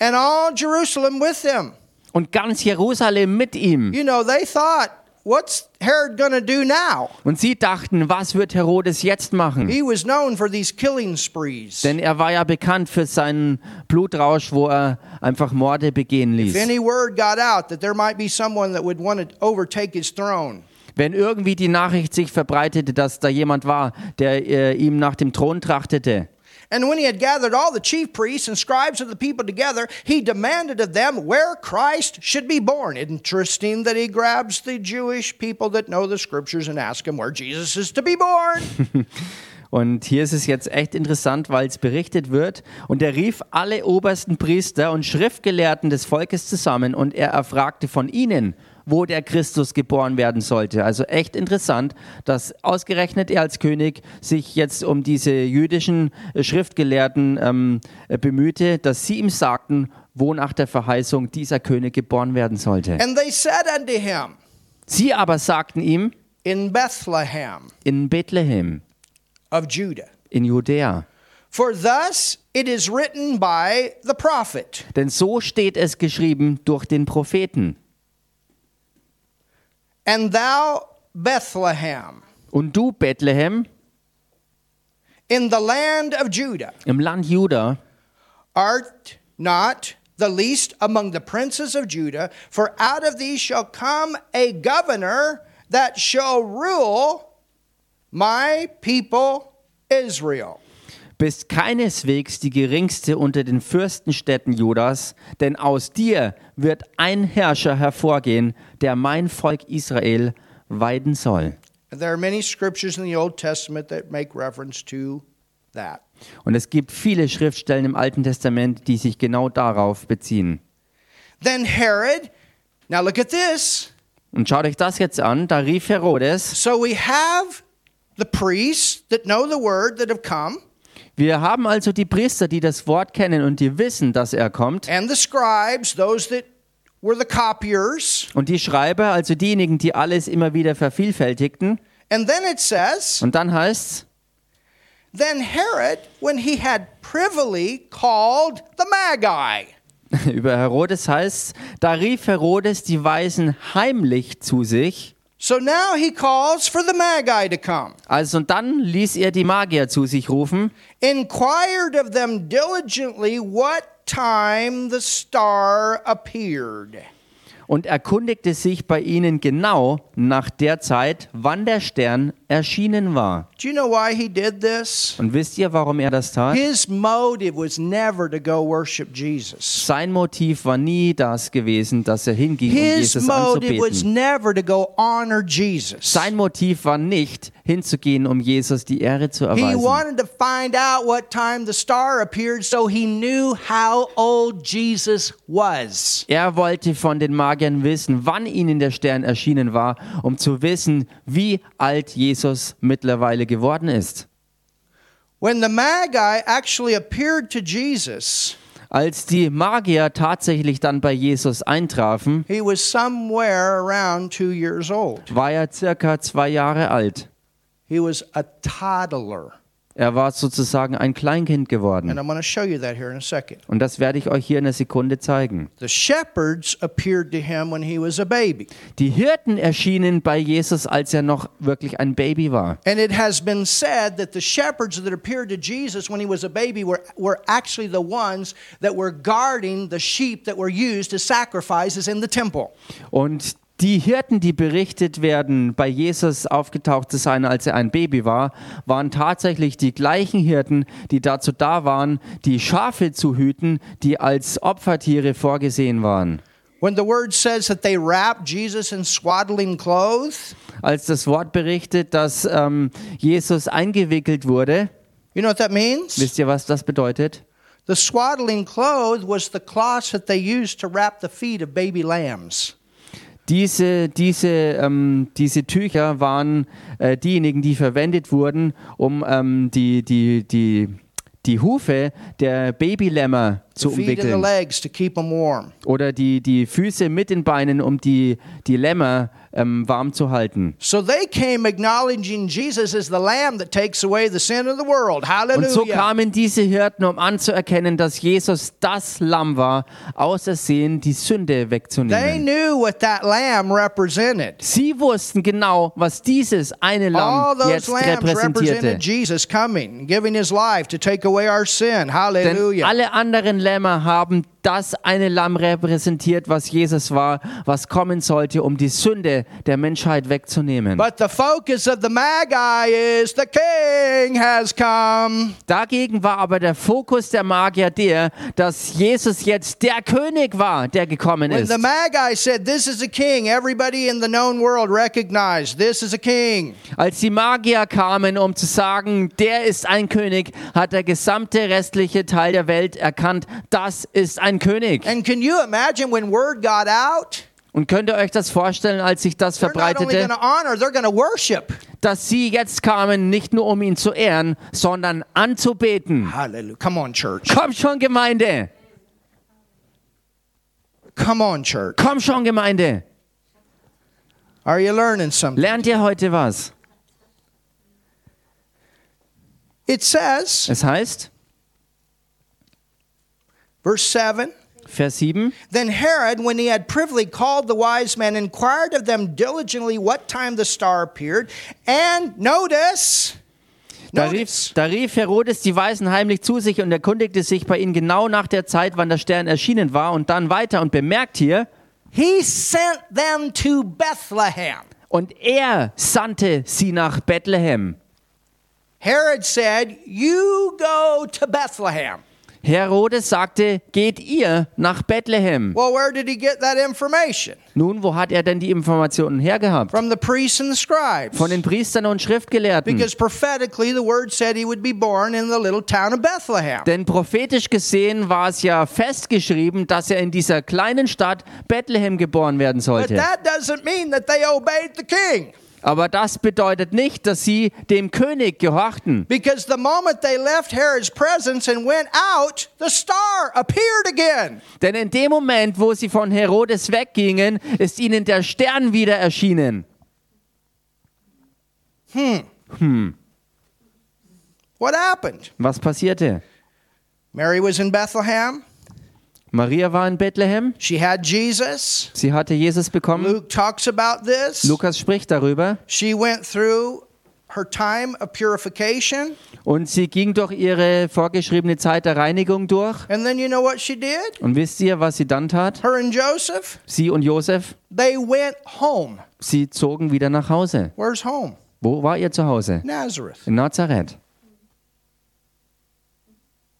A: and all Jerusalem with them.
B: Und ganz Jerusalem mit ihm.
A: You know, they thought, what's Herod going to do now?
B: Und sie dachten, was wird Herodes jetzt machen?
A: He was known for these killing sprees.
B: Denn er war ja bekannt für seinen Blutrausch, wo er einfach Morde begehen
A: If
B: ließ.
A: any word got out that there might be someone that would want to overtake his throne,
B: Wenn irgendwie die Nachricht sich verbreitete, dass da jemand war, der äh, ihm nach dem Thron trachtete.
A: And when he had gathered all the chief priests and scribes of the people together, he demanded of them where Christ should be born. Interesting that he grabs the Jewish people that know the scriptures and asks them where Jesus is to be born.
B: Und hier ist es jetzt echt interessant, weil es berichtet wird. Und er rief alle obersten Priester und Schriftgelehrten des Volkes zusammen und er erfragte von ihnen, wo der Christus geboren werden sollte. Also echt interessant, dass ausgerechnet er als König sich jetzt um diese jüdischen äh, Schriftgelehrten ähm, äh, bemühte, dass sie ihm sagten, wo nach der Verheißung dieser König geboren werden sollte.
A: and they said unto him,
B: Sie aber sagten ihm,
A: In Bethlehem
B: in Bethlehem,
A: of Judah.
B: in Judäa.
A: For thus it is written by the prophet.
B: Denn so steht es geschrieben durch den Propheten.
A: And thou, Bethlehem,
B: Und du, Bethlehem,
A: in the land of Judah,
B: im Land Juda,
A: Art not the least among the princes of Judah, for out of thee shall come a governor that shall rule my people Israel.
B: bist keineswegs die geringste unter den Fürstenstädten Judas, denn aus dir wird ein Herrscher hervorgehen, der mein Volk Israel weiden soll.
A: There are many scriptures in the Old Testament that make reference to that.
B: Und es gibt viele Schriftstellen im Alten Testament, die sich genau darauf beziehen.
A: Then Herod, now look at this.
B: Und schaut euch das jetzt an, da rief Herodes,
A: So we have the priests that know the word that have come,
B: wir haben also die Priester, die das Wort kennen und die wissen, dass er kommt,
A: and the scribes, those that were the copiers.
B: Und die Schreiber, also diejenigen, die alles immer wieder vervielfältigten.
A: And then it says,
B: Und dann heißt's, [laughs]
A: Then Herod, when he had privily called the Magi.
B: über Herodes heißt's, da rief Herodes die Weisen heimlich zu sich.
A: So now he calls for the Magi to come,
B: Also und dann ließ er die Magier zu sich rufen
A: inquired of them diligently what time the star appeared.
B: und erkundigte sich bei ihnen genau nach der Zeit, wann der Stern erschienen war.
A: Do you know why he did this?
B: Und wisst ihr, warum er das tat?
A: His motive was never to go worship Jesus.
B: Sein Motiv war nie das gewesen, dass er hinging, um
A: His
B: Jesus
A: motive was
B: anzubeten.
A: never to go honor Jesus.
B: Sein Motiv war nicht, hinzugehen, um Jesus die Ehre zu
A: He
B: erweisen.
A: wanted to find out what time the star appeared so he knew how old Jesus was.
B: Er wollte von den Magiern wissen, wann ihnen der Stern erschienen war, um zu wissen, wie alt Jesus mittlerweile geworden ist.
A: When the Magi actually appeared to Jesus,
B: Als die Magier tatsächlich dann bei Jesus eintrafen,
A: he was somewhere around two years old.
B: war er circa zwei Jahre alt.
A: He was a toddler.
B: Er war sozusagen ein Kleinkind
A: And
B: geworden.
A: I'm going to show you that here in a second.
B: Und das werde ich euch hier in einer Sekunde zeigen.
A: The shepherds appeared to him when he was a baby.
B: Die Hirten erschienen bei Jesus, als er noch wirklich ein Baby war.
A: And it has been said that the shepherds that appeared to Jesus when he was a baby were, were actually the ones that were guarding the sheep that were used as sacrifices in the temple.
B: Und die Hirten, die berichtet werden, bei Jesus aufgetaucht zu sein, als er ein Baby war, waren tatsächlich die gleichen Hirten, die dazu da waren, die Schafe zu hüten, die als Opfertiere vorgesehen waren.
A: When the word says that they wrapped Jesus in swaddling clothes,
B: Als das Wort berichtet, dass ähm, Jesus eingewickelt wurde,
A: you know what that means?
B: wisst ihr, was das bedeutet?
A: The swaddling cloth was the cloth that they used to wrap the feet of baby lambs.
B: Diese, diese, ähm, diese Tücher waren äh, diejenigen, die verwendet wurden, um ähm, die, die, die, die Hufe der Babylämmer
A: The
B: zu
A: feet and the
B: umwickeln.
A: legs to keep them warm.
B: Oder die, die Füße mit den Beinen, um die, die Lämmer ähm, warm zu halten.
A: So they came acknowledging Jesus as the lamb that takes away the sin of the world.
B: Und so
A: Hallelujah.
B: kamen diese Hirten, um anzuerkennen, dass Jesus das Lamm war, ausersehen die Sünde
A: They
B: wegzunehmen.
A: knew what that lamb represented.
B: Sie wussten genau, was dieses eine
A: All
B: Lamm
A: those
B: jetzt
A: lambs
B: repräsentierte.
A: represented Jesus coming, giving his life to take away our sin.
B: Denn
A: Hallelujah.
B: alle anderen Lämmer haben das eine Lamm repräsentiert, was Jesus war, was kommen sollte, um die Sünde der Menschheit wegzunehmen.
A: But the focus of the Magi is the king has come.
B: Dagegen war aber der Fokus der Magier der, dass Jesus jetzt der König war, der gekommen
A: When
B: ist.
A: the Magi said, This is a king, everybody in the known world recognized this is a king.
B: Als die Magier kamen, um zu sagen, der ist ein König, hat der gesamte restliche Teil der Welt erkannt, das ist ein König.
A: And can you imagine when word got out?
B: Und könnt ihr euch das vorstellen, als sich das
A: They're not only
B: verbreitete?
A: going to honor, they're going to worship.
B: dass sie jetzt kamen, nicht nur um ihn zu ehren, sondern anzubeten.
A: Hallelujah. Come on, church.
B: Komm schon, Gemeinde!
A: Come on, church.
B: Komm schon, Gemeinde!
A: Are you learning something?
B: Lernt ihr heute was?
A: It says,
B: Es heißt,
A: verse 7
B: Vers 7,
A: Then Herod, when he had privily called the wise men, inquired of them diligently what time the star appeared. And notice,
B: da rief,
A: notice,
B: da rief Herodes die Weisen heimlich zu sich und erkundigte sich bei ihnen genau nach der Zeit, wann der Stern erschienen war und dann weiter und bemerkt hier,
A: he sent them to Bethlehem.
B: und er sandte sie nach Bethlehem.
A: Herod said, You go to Bethlehem.
B: Herodes sagte, geht ihr nach Bethlehem.
A: Well, where did he get that information?
B: Nun, wo hat er denn die Informationen hergehabt?
A: From the priests and the scribes.
B: Von den Priestern und Schriftgelehrten.
A: Because prophetically, the word said he would be born in the little town of Bethlehem.
B: Denn prophetisch gesehen war es ja festgeschrieben, dass er in dieser kleinen Stadt Bethlehem geboren werden
A: But
B: sollte.
A: that doesn't mean that they obeyed the king.
B: Aber das bedeutet nicht, dass sie dem König gehorchten.
A: Because the moment they left Herod's presence and went out, the star appeared again.
B: Denn in dem Moment, wo sie von Herodes weggingen, ist ihnen der Stern wieder erschienen.
A: Hmm. What happened?
B: Was passierte?
A: Mary was in Bethlehem.
B: Maria war in Bethlehem,
A: She had Jesus.
B: sie hatte Jesus bekommen.
A: Luke talks about this.
B: Lukas spricht darüber.
A: She went through her time of purification.
B: Und sie ging durch ihre vorgeschriebene Zeit der Reinigung durch.
A: And then you know what she did?
B: Und wisst ihr, was sie dann tat?
A: Her and Joseph,
B: Sie und Josef,
A: they went home.
B: sie zogen wieder nach Hause.
A: Where's home?
B: Wo war ihr zu Hause?
A: Nazareth.
B: In Nazareth.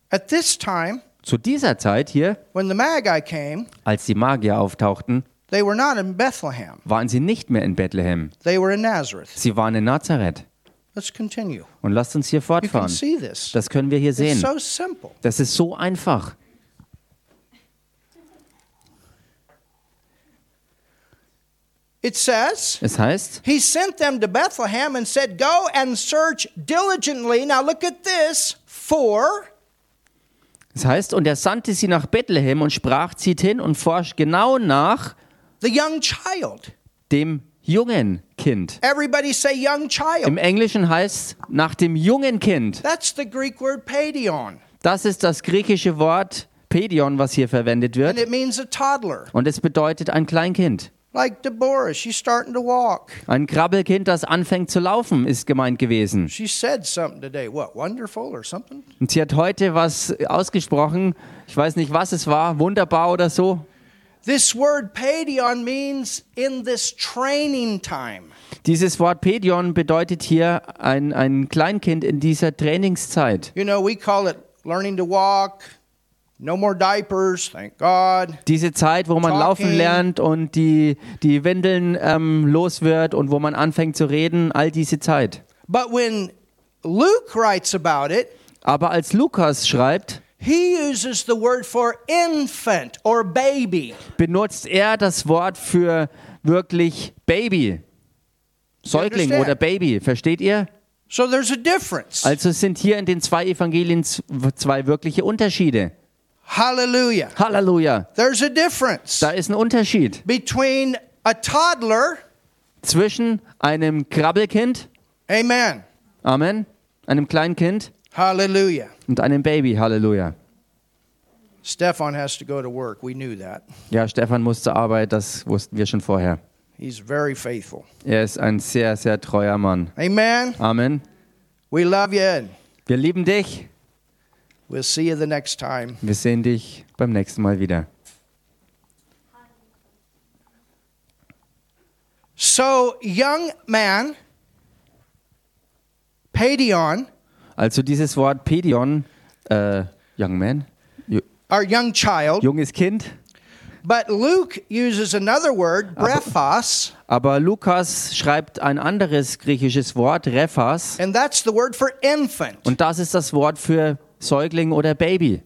A: At this time,
B: Zu dieser Zeit hier,
A: when the Magi came,
B: als die Magier auftauchten,
A: they were not in Bethlehem,
B: waren sie nicht mehr in Bethlehem.
A: they were in Nazareth.
B: Sie waren in Nazareth.
A: Let's continue.
B: Und lasst uns hier
A: You can
B: fortfahren.
A: see this.
B: Das können wir hier
A: It's
B: sehen.
A: so simple.
B: Das ist so einfach.
A: It says,
B: Es heißt,
A: He sent them to Bethlehem and said, Go and search diligently. Now look at this for
B: es heißt, und er sandte sie nach Bethlehem und sprach, zieht hin und forscht genau nach
A: the young child.
B: dem jungen Kind.
A: Everybody say young
B: Im
A: child.
B: Englischen heißt nach dem jungen Kind.
A: That's the Greek word paideon,
B: Das ist das griechische Wort Pedion, was hier verwendet
A: and
B: wird.
A: it means a toddler.
B: Und es bedeutet ein Kleinkind.
A: Like Deborah, she's starting to walk.
B: Ein Krabbelkind, das anfängt zu laufen, ist gemeint gewesen.
A: She said something today. What, wonderful or something?
B: Und sie hat heute was ausgesprochen. Ich weiß nicht, was es war. Wunderbar oder so.
A: This word paideon means in this training time.
B: Dieses Wort Pedion bedeutet hier ein, ein Kleinkind in dieser Trainingszeit.
A: You know, we call it learning to walk, no more diapers, thank God.
B: Diese Zeit, wo man laufen
A: Talking.
B: lernt und die, die Windeln ähm, los wird und wo man anfängt zu reden, all diese Zeit.
A: But when Luke writes about it,
B: Aber als Lukas schreibt,
A: He uses the word for infant or baby.
B: benutzt er das Wort für wirklich Baby. Säugling oder Baby, versteht ihr?
A: So there's a difference.
B: Also sind hier in den zwei Evangelien z- zwei wirkliche Unterschiede.
A: Hallelujah.
B: Halleluja.
A: There's a difference
B: Da ist ein Unterschied
A: between a toddler
B: zwischen einem Krabbelkind,
A: Amen.
B: Amen, einem kleinen Kind
A: Hallelujah.
B: und einem Baby, Halleluja.
A: Stefan has to go to work. We knew that.
B: Ja, Stefan muss zur Arbeit, das wussten wir schon vorher.
A: He's very faithful.
B: Er ist ein sehr, sehr treuer Mann.
A: Amen.
B: Amen.
A: We love you. and
B: Wir lieben dich.
A: We'll see you the next time.
B: Wir sehen dich beim nächsten Mal wieder.
A: So, young man, Padion,
B: Also dieses Wort Pedion, äh, Young Man, ju-
A: our young child,
B: junges Kind.
A: but Luke uses another word, brephos,
B: Aber Lukas schreibt ein anderes griechisches Wort, Rephas.
A: and that's the word for infant.
B: Und das ist das Wort für Säugling oder Baby.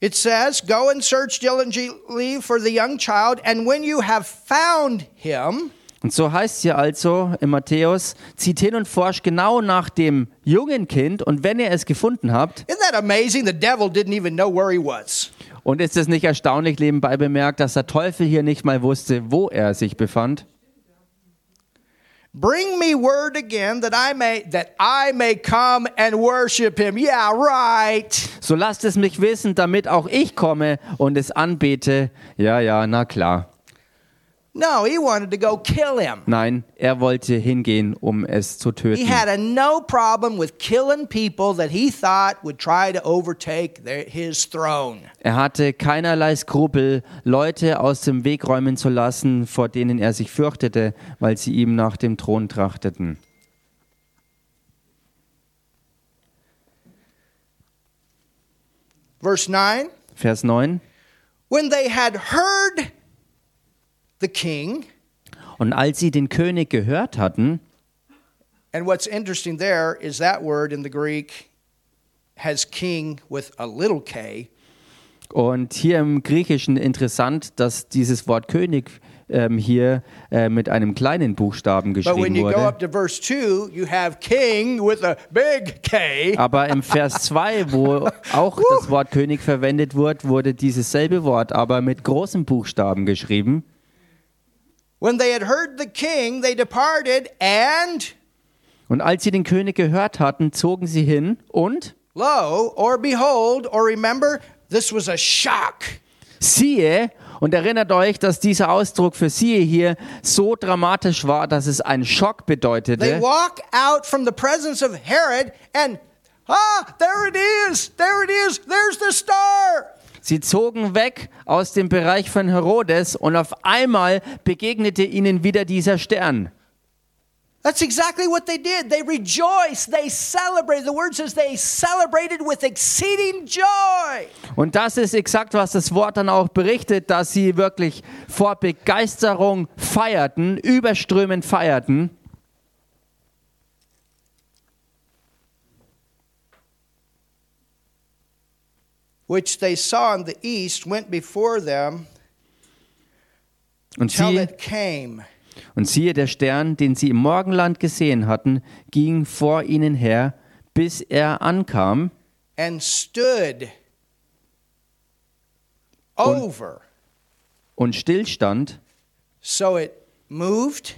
A: It says, Go and search diligently for the young child, and when you have found him,
B: Und so heißt es hier also in Matthäus, zieht hin und forscht genau nach dem jungen Kind und wenn ihr es gefunden habt,
A: isn't that amazing? The devil didn't even know where he was.
B: und ist es nicht erstaunlich nebenbei bemerkt, dass der Teufel hier nicht mal wusste, wo er sich befand,
A: Bring me word again that I may that I may come and worship him. Yeah, right.
B: so lasst es mich wissen, damit auch ich komme und es anbete. Ja, ja, na klar.
A: No, he wanted to go kill him.
B: Nein, er wollte hingehen, um es zu
A: He
B: töten.
A: had a no problem with killing people that he thought would try to overtake their, his throne.
B: Er hatte keinerlei Skrupel, Leute aus dem Weg räumen zu lassen, vor denen er sich fürchtete, weil sie ihm nach dem Thron trachteten.
A: Verse 9,
B: Vers 9.
A: when they had heard the king,
B: Und als sie den König gehört hatten,
A: and what's interesting there is that word in the Greek has king with a little k,
B: und hier im Griechischen interessant, dass dieses Wort König ähm, hier äh, mit einem kleinen Buchstaben
A: but when
B: geschrieben
A: you go
B: wurde.
A: up to verse 2, you have king with a big k.
B: Aber im Vers 2, wo auch das Wort König verwendet wird, wurde dieses selbe Wort aber mit großen Buchstaben geschrieben.
A: When they had heard the king, they departed and
B: Und als sie den König gehört hatten, zogen sie hin und
A: lo or behold or remember this was a shock.
B: siehe, und erinnert euch, dass dieser Ausdruck für siehe hier so dramatisch war, dass es einen Schock
A: They
B: bedeutete.
A: walk out from the presence of Herod and ah there it is. There it is. There's the star.
B: Sie zogen weg aus dem Bereich von Herodes und auf einmal begegnete ihnen wieder dieser Stern.
A: That's exactly what they did. They rejoiced. They celebrated. The word says they celebrated with exceeding joy.
B: Und das ist exakt, was das Wort dann auch berichtet, dass sie wirklich vor Begeisterung feierten, überströmend feierten.
A: Which they saw in the east went before them
B: Und
A: till
B: sie
A: it came.
B: Und siehe, der Stern, den sie im Morgenland gesehen hatten, ging vor ihnen her, bis er ankam
A: and stood over.
B: und stillstand.
A: So it moved,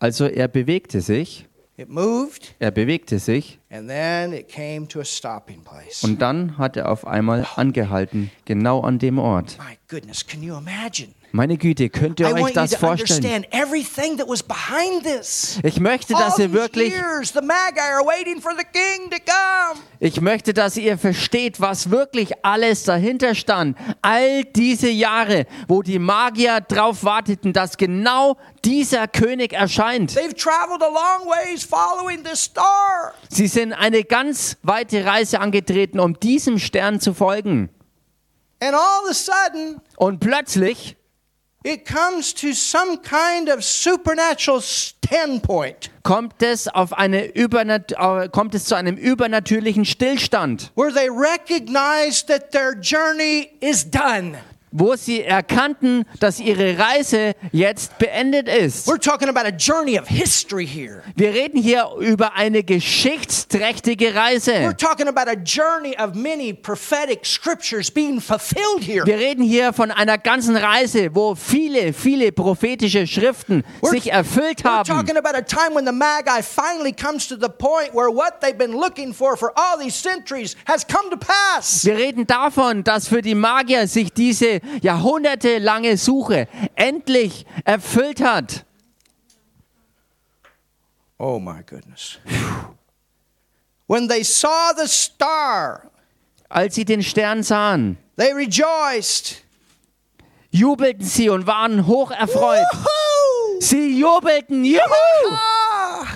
B: Also er bewegte sich,
A: it moved,
B: er bewegte sich
A: and then it came to a stopping place.
B: und dann hat er auf einmal angehalten, genau an dem Ort.
A: My goodness, can you imagine?
B: Meine Güte, könnt ihr
A: I
B: euch
A: want you
B: das
A: to
B: vorstellen?
A: understand everything that was behind this.
B: Ich möchte,
A: All
B: dass ihr
A: these
B: wirklich,
A: years, the Magi are waiting for the king to come.
B: ich möchte, dass ihr versteht, was wirklich alles dahinter stand. All diese Jahre, wo die Magier drauf warteten, dass genau dieser König erscheint.
A: They've traveled a long ways following this star.
B: Sie sind eine ganz weite Reise angetreten, um diesem Stern zu folgen.
A: And all of a sudden,
B: Und plötzlich
A: it comes to some kind of supernatural standpoint.
B: kommt es, auf eine übernat äh, kommt es zu einem übernatürlichen Stillstand,
A: where they recognize that their journey is done.
B: wo sie erkannten, dass ihre Reise jetzt beendet ist.
A: We're talking about a journey of history here.
B: Wir reden hier über eine geschichtsträchtige
A: We're
B: Reise.
A: talking about a journey of many prophetic scriptures being fulfilled here.
B: Wir reden hier von einer ganzen Reise, wo viele, viele prophetische Schriften
A: We're-
B: sich erfüllt
A: We're
B: haben.
A: talking about a time when the Magi finally comes to the point where what they've been looking for for all these centuries has come to pass.
B: Wir reden davon, dass für die Magier sich diese jahrhundertelange Suche endlich erfüllt hat.
A: Oh my goodness. When they saw the star,
B: Als sie den Stern sahen,
A: they rejoiced.
B: jubelten sie und waren hoch erfreut.
A: Woohoo!
B: Sie jubelten, juhu!
A: Ah,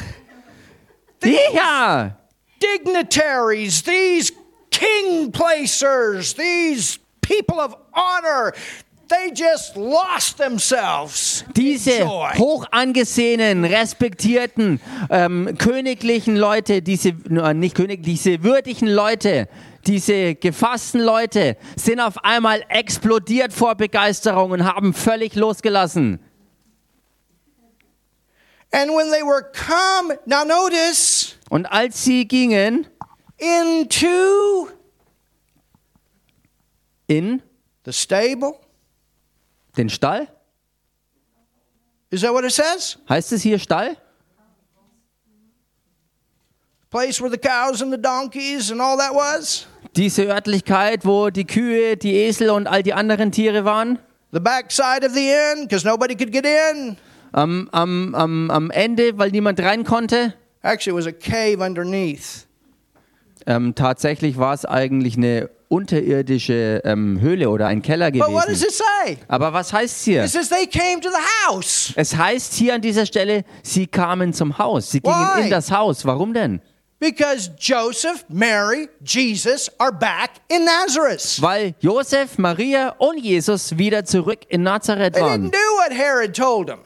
B: Ja!
A: dignitaries, these king placers, these people of honor, they just lost themselves.
B: Diese
A: Joy.
B: hoch angesehenen, respektierten, ähm, königlichen Leute, diese, äh, nicht König, diese würdigen Leute, diese gefassten Leute sind auf einmal explodiert vor Begeisterung und haben völlig losgelassen.
A: And when they were come, now notice,
B: Und als sie gingen
A: into
B: in
A: the stable.
B: den Stall,
A: Is that what it says?
B: heißt es hier Stall?
A: Place where the cows and the donkeys and all that was?
B: Diese Örtlichkeit, wo die Kühe, die Esel und all die anderen Tiere waren?
A: The backside of the inn, because nobody could get in.
B: Am, am, am, am Ende, weil niemand rein konnte?
A: Actually, it was a cave underneath.
C: Ähm, tatsächlich war es eigentlich eine unterirdische ähm, Höhle oder ein Keller
A: But what does
C: gewesen.
A: it say?
C: Aber was heißt hier?
A: It says they came to the house.
B: Es heißt hier an dieser Stelle, sie kamen zum Haus. Sie gingen
A: Why?
B: in das Haus. Warum denn?
A: Because Joseph, Mary, Jesus are back in Nazareth.
B: Weil Josef, Maria und Jesus wieder zurück in Nazareth
A: They didn't
B: waren.
A: do what Herod told them.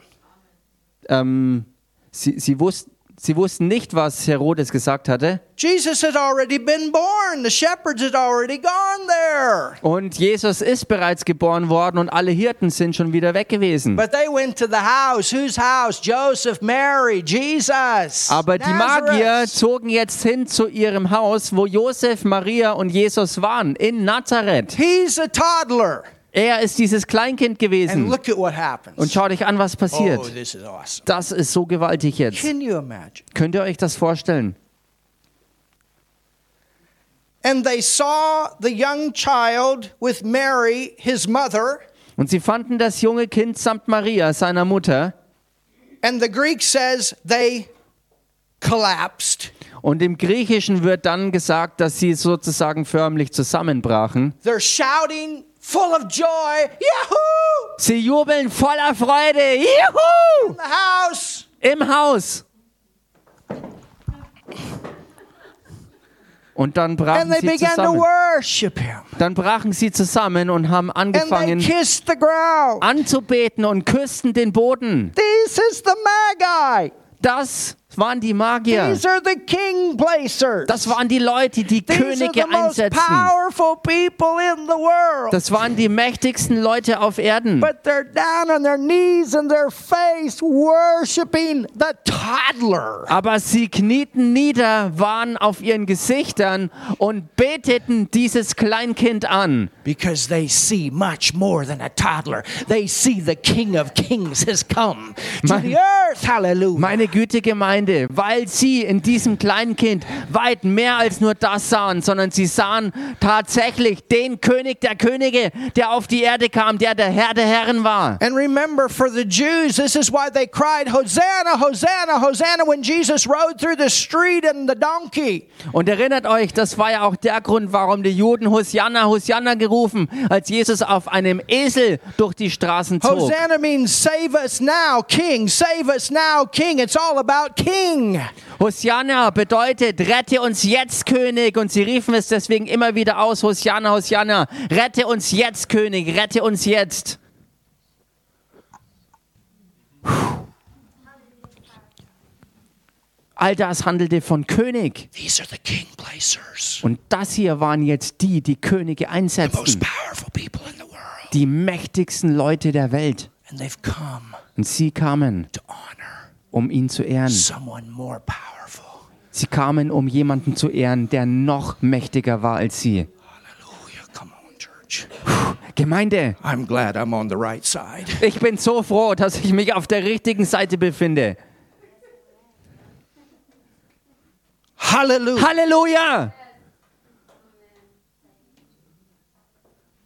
C: Ähm, sie, sie, wussten, sie wussten nicht, was Herodes gesagt hatte.
A: Jesus had already been born. The shepherds had already gone there.
B: Und Jesus ist bereits geboren worden und alle Hirten sind schon wieder weg gewesen.
A: But they went to the house. Whose house? Joseph, Mary, Jesus.
B: Aber Ah, die Magier
A: Nazareth.
B: zogen jetzt hin zu ihrem Haus, wo Josef, Maria und Jesus waren, in Nazareth.
A: He's a toddler.
B: Er ist dieses Kleinkind
A: And
B: gewesen.
A: look at what happens.
B: Hmm. Und schau dich an, was
A: oh,
B: passiert.
A: this is awesome.
B: Das ist so gewaltig jetzt.
A: Can you imagine?
B: Könnt ihr euch das vorstellen?
A: And they saw the young child with Mary, his mother.
B: Und sie fanden das junge Kind samt Maria, seiner Mutter,
A: And the Greek says they collapsed.
B: und im Griechischen wird dann gesagt, dass sie sozusagen förmlich zusammenbrachen.
A: They're shouting, full of joy, Yahoo!
B: Sie jubeln voller Freude, juhu,
A: In the house.
B: im Haus. Und dann
A: And
B: brachen,
A: they
B: sie
A: began to
B: zusammen.
A: worship him.
B: dann brachen sie zusammen und haben
A: And they
B: angefangen
A: kissed the ground.
B: Ah. anzubeten und küssten den Boden.
A: This is the Magi.
B: Das waren die Magier.
A: These are the king placers.
B: Das waren die Leute, die
A: These are the
B: Könige
A: most
B: einsetzen.
A: powerful people in the world.
B: Das waren die mächtigsten Leute auf Erden.
A: but they're down on their knees and their face worshiping the toddler.
B: Aber sie knieten nieder, waren auf ihren Gesichtern und beteten dieses Kleinkind an,
A: Because they see much more than a toddler. They see the King of Kings has come to
B: Mein-
A: the earth. Hallelujah.
B: meine Güte Gemeinde, weil sie in diesem Kleinkind weit mehr als nur das sahen, sondern sie sahen tatsächlich den König der Könige, der auf die Erde kam, der der Herr der Herren war.
A: and remember, for the Jews, this is why they cried, Hosanna, Hosanna, Hosanna, when Jesus rode through the street and the donkey.
B: Und erinnert euch, das war ja auch der Grund, warum die Juden Hosianna, Hosianna gerufen, als Jesus auf einem Esel durch die Straßen zog.
A: Hosanna means save us now, King. Save us now, King. It's all about King.
B: Hosianna bedeutet, rette uns jetzt, König. Und sie riefen es deswegen immer wieder aus, Hosianna, Hosianna, rette uns jetzt, König, rette uns jetzt. All das handelte von König.
A: These are the king placers,
B: Und das hier waren jetzt die, die Könige einsetzten.
A: Hmm. powerful people in the world.
B: die mächtigsten Leute der Welt.
A: And they've come
B: Und sie kamen,
A: to honor
B: um ihn zu ehren.
A: someone more powerful.
B: Sie kamen, um jemanden zu ehren, der noch mächtiger war als sie.
A: Hallelujah. Come on, church.
B: Gemeinde,
A: I'm glad I'm on the right side.
B: ich bin so froh, dass ich mich auf der richtigen Seite befinde.
A: Hallelujah.
B: Halleluja!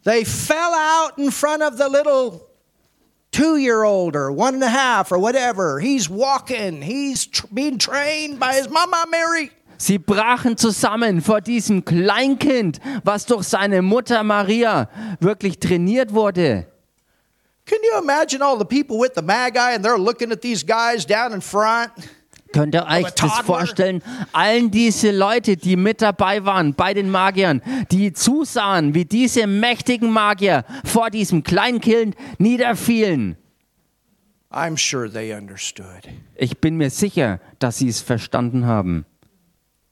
A: They fell out in front of the little two year old or one and a half or whatever. He's walking, he's tr- being trained by his mama Mary.
B: Sie brachen zusammen vor diesem Kleinkind, was durch seine Mutter Maria wirklich trainiert wurde.
A: Can you imagine all the people with the Magi and they're looking at these guys down in front?
B: Könnt ihr euch
A: Of a
B: das
A: toddler?
B: vorstellen? Allen diese Leute, die mit dabei waren bei den Magiern, die zusahen, wie diese mächtigen Magier vor diesem Kleinkind niederfielen.
A: I'm sure they understood
B: Ich bin mir sicher, dass sie es verstanden haben,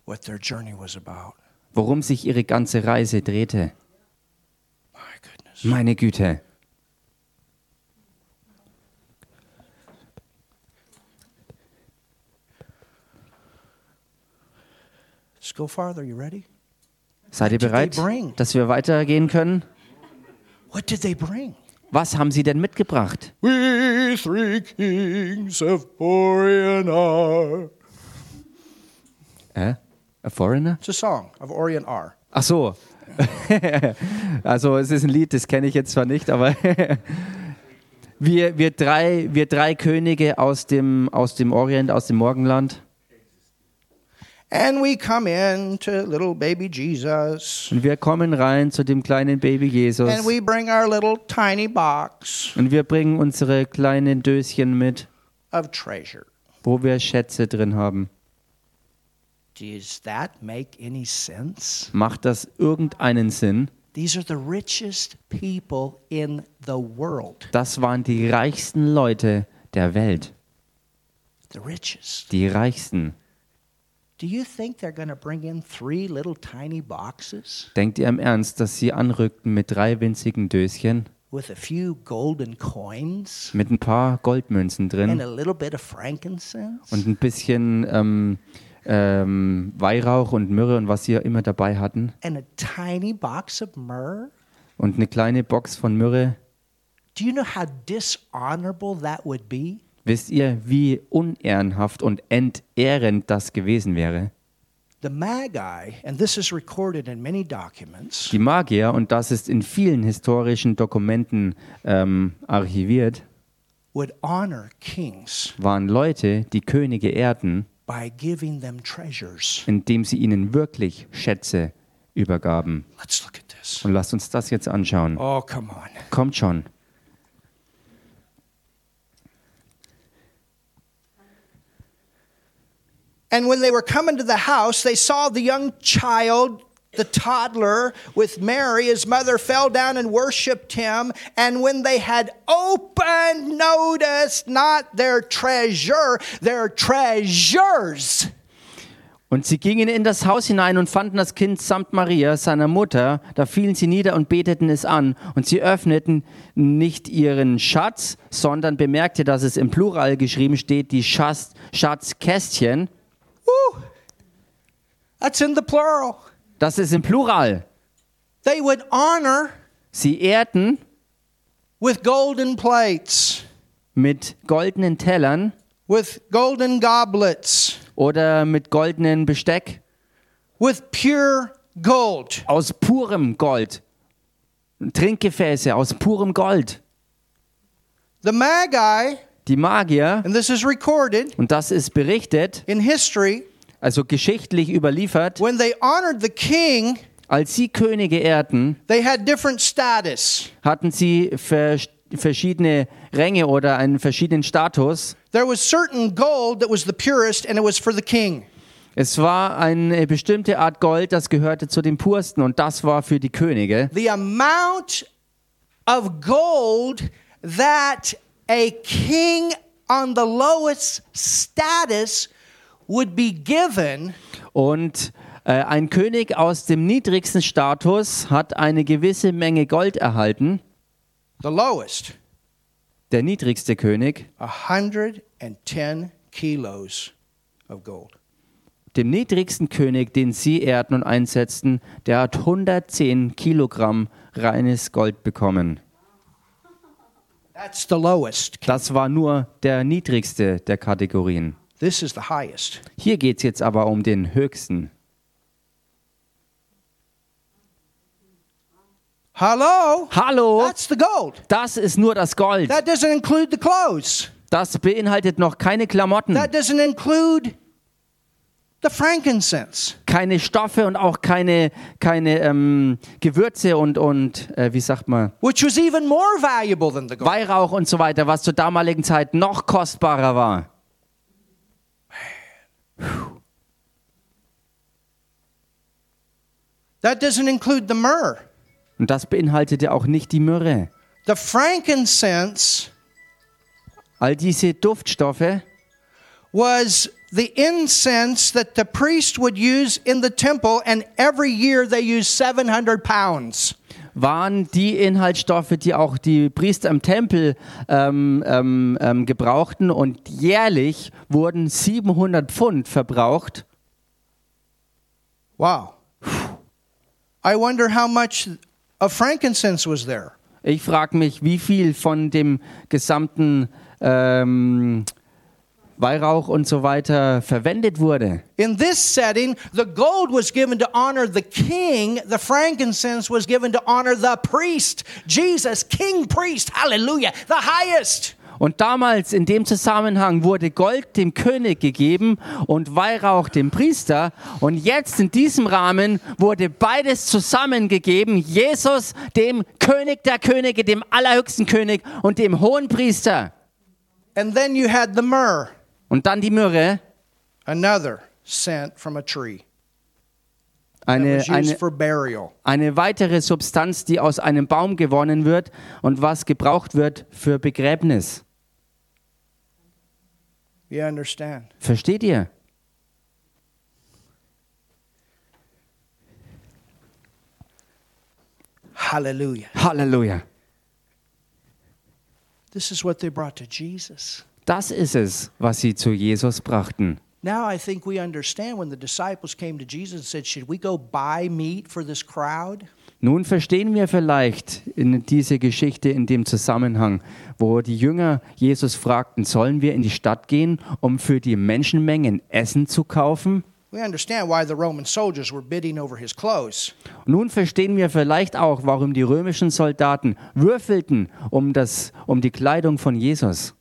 A: what their journey was about.
B: worum sich ihre ganze Reise drehte.
A: My goodness.
B: Meine Güte.
A: Let's go farther. You ready?
B: Seid ihr
A: did they
B: bereit,
A: bring?
B: dass wir weitergehen können?
A: What did they bring?
B: Was haben sie denn mitgebracht?
A: We three kings of Orient are.
B: Äh? A Foreigner?
A: It's a song of Orient are.
B: Ach so. [laughs] also es ist ein Lied, das kenne ich jetzt zwar nicht, aber [laughs] wir, wir, drei, wir drei Könige aus dem, aus dem Orient, aus dem Morgenland.
A: And we come in to little baby Jesus.
B: Und wir kommen rein zu dem kleinen Baby Jesus.
A: And we bring our little tiny box
B: Und wir bringen unsere kleinen Döschen mit,
A: of treasure.
B: wo wir Schätze drin haben.
A: Does that make any sense?
B: Macht das irgendeinen Sinn?
A: These are the richest people in the world.
B: Das waren die reichsten Leute der Welt.
A: The richest.
B: Die reichsten.
A: Do you think they're going to bring in three little tiny boxes
B: Denkt ihr im Ernst, dass sie anrückten mit drei winzigen Döschen,
A: with a few golden coins
B: mit ein paar Goldmünzen
A: and
B: drin
A: a little bit of frankincense?
B: und ein bisschen ähm, ähm, Weihrauch und Myrrhe und was sie ja immer dabei hatten?
A: and a tiny box of myrrh?
B: Und eine kleine Box von Myrrhe.
A: Do you know how dishonorable that would be?
B: Wisst ihr, wie unehrenhaft und entehrend das gewesen wäre?
A: The Magi, and this is recorded in many documents,
B: Die Magier, und das ist in vielen historischen Dokumenten ähm, archiviert,
A: would honor kings
B: waren Leute, die Könige ehrten,
A: by giving them treasures.
B: indem sie ihnen wirklich Schätze übergaben.
A: Let's look at this.
B: Und lasst uns das jetzt anschauen.
A: Oh, come on.
B: Kommt schon.
A: And when they were coming to the house, they saw the young child, the toddler, with Mary. His mother fell down and worshiped him. And when they had opened, noticed not their treasure, their treasures.
B: Und sie gingen in das Haus hinein und fanden das Kind samt Maria, seiner Mutter. Da fielen sie nieder und beteten es an. Und sie öffneten nicht ihren Schatz, sondern bemerkte, dass es im Plural geschrieben steht, die Schatz, Schatzkästchen.
A: Woo! That's in the plural.
B: Das ist im Plural.
A: They would honor
B: Sie ehrten
A: with golden plates,
B: mit goldenen Tellern
A: with golden goblets,
B: oder mit goldenen Besteck
A: with pure gold.
B: aus purem Gold. Trinkgefäße aus purem Gold.
A: The Magi,
B: Die Magier,
A: and this is recorded
B: und das ist berichtet,
A: in history,
B: also geschichtlich überliefert,
A: when they honored the king,
B: als sie Könige ehrten,
A: they had different status.
B: hatten sie vers verschiedene Ränge oder einen verschiedenen Status.
A: There was certain gold that was the purest, and it was for the king.
B: Es war eine bestimmte Art Gold, das gehörte zu den Pursten und das war für die Könige.
A: The amount of gold that a king on the lowest status would be given
B: Und äh, ein König aus dem niedrigsten Status hat eine gewisse Menge Gold erhalten
A: The lowest,
B: Der niedrigste König,
A: 110 kilos of gold.
B: dem niedrigsten König, den sie ehrten und einsetzten, der hat 110 Kilogramm reines Gold bekommen.
A: That's the lowest.
B: Das war nur der niedrigste der Kategorien.
A: This is the highest.
B: Hier geht es jetzt aber um den höchsten.
A: Hello?
D: Hallo,
A: That's the gold.
D: das ist nur das Gold.
A: That doesn't include the clothes.
D: Das beinhaltet noch keine
B: Hmm.
D: Klamotten,
A: That doesn't include the frankincense.
D: keine Stoffe und auch keine, keine ähm, Gewürze und, und äh, wie sagt man,
A: which was even more valuable than the gold.
D: Weihrauch und so weiter, was zur damaligen Zeit noch kostbarer war.
A: That doesn't include the myrrh.
B: Und das beinhaltete auch nicht die Myrrhe.
A: The frankincense
B: All diese Duftstoffe
A: was the incense that the priest would use in the temple, and every year they used 700 pounds.
B: waren die Inhaltsstoffe, die auch die Priester im Tempel ähm, ähm, ähm, gebrauchten und jährlich wurden 700 Pfund verbraucht.
A: Wow. I wonder how much of frankincense was there.
B: Ich frage mich, wie viel von dem gesamten ähm, Weihrauch und so weiter verwendet wurde.
A: In this setting, the gold was given to honor the king, the frankincense was given to honor the priest. Jesus, king priest, hallelujah, the highest.
B: Und damals in dem Zusammenhang wurde Gold dem König gegeben und Weihrauch dem Priester. Und jetzt in diesem Rahmen wurde beides zusammengegeben. Jesus dem König der Könige, dem allerhöchsten König und dem hohen Priester.
A: And then you had the myrrh,
B: Und dann die Myrrhe,
A: another scent from a tree that
B: eine,
A: was used
B: eine,
A: for burial.
B: eine weitere Substanz, die aus einem Baum gewonnen wird und was gebraucht wird für Begräbnis.
A: You understand?
B: Versteht ihr?
A: Hallelujah.
B: Halleluja.
A: This is what they brought to Jesus.
B: Das ist es, was sie zu Jesus brachten.
A: Now I think we understand when the disciples came to Jesus and said, Should we go buy meat for this crowd?
B: Nun verstehen wir vielleicht in diese Geschichte in dem Zusammenhang, wo die Jünger Jesus fragten, sollen wir in die Stadt gehen, um für die Menschenmengen Essen zu kaufen?
A: We understand why the Roman soldiers were bidding over his clothes.
B: Nun verstehen wir vielleicht auch, warum die römischen Soldaten würfelten um, das, um die Kleidung von Jesus.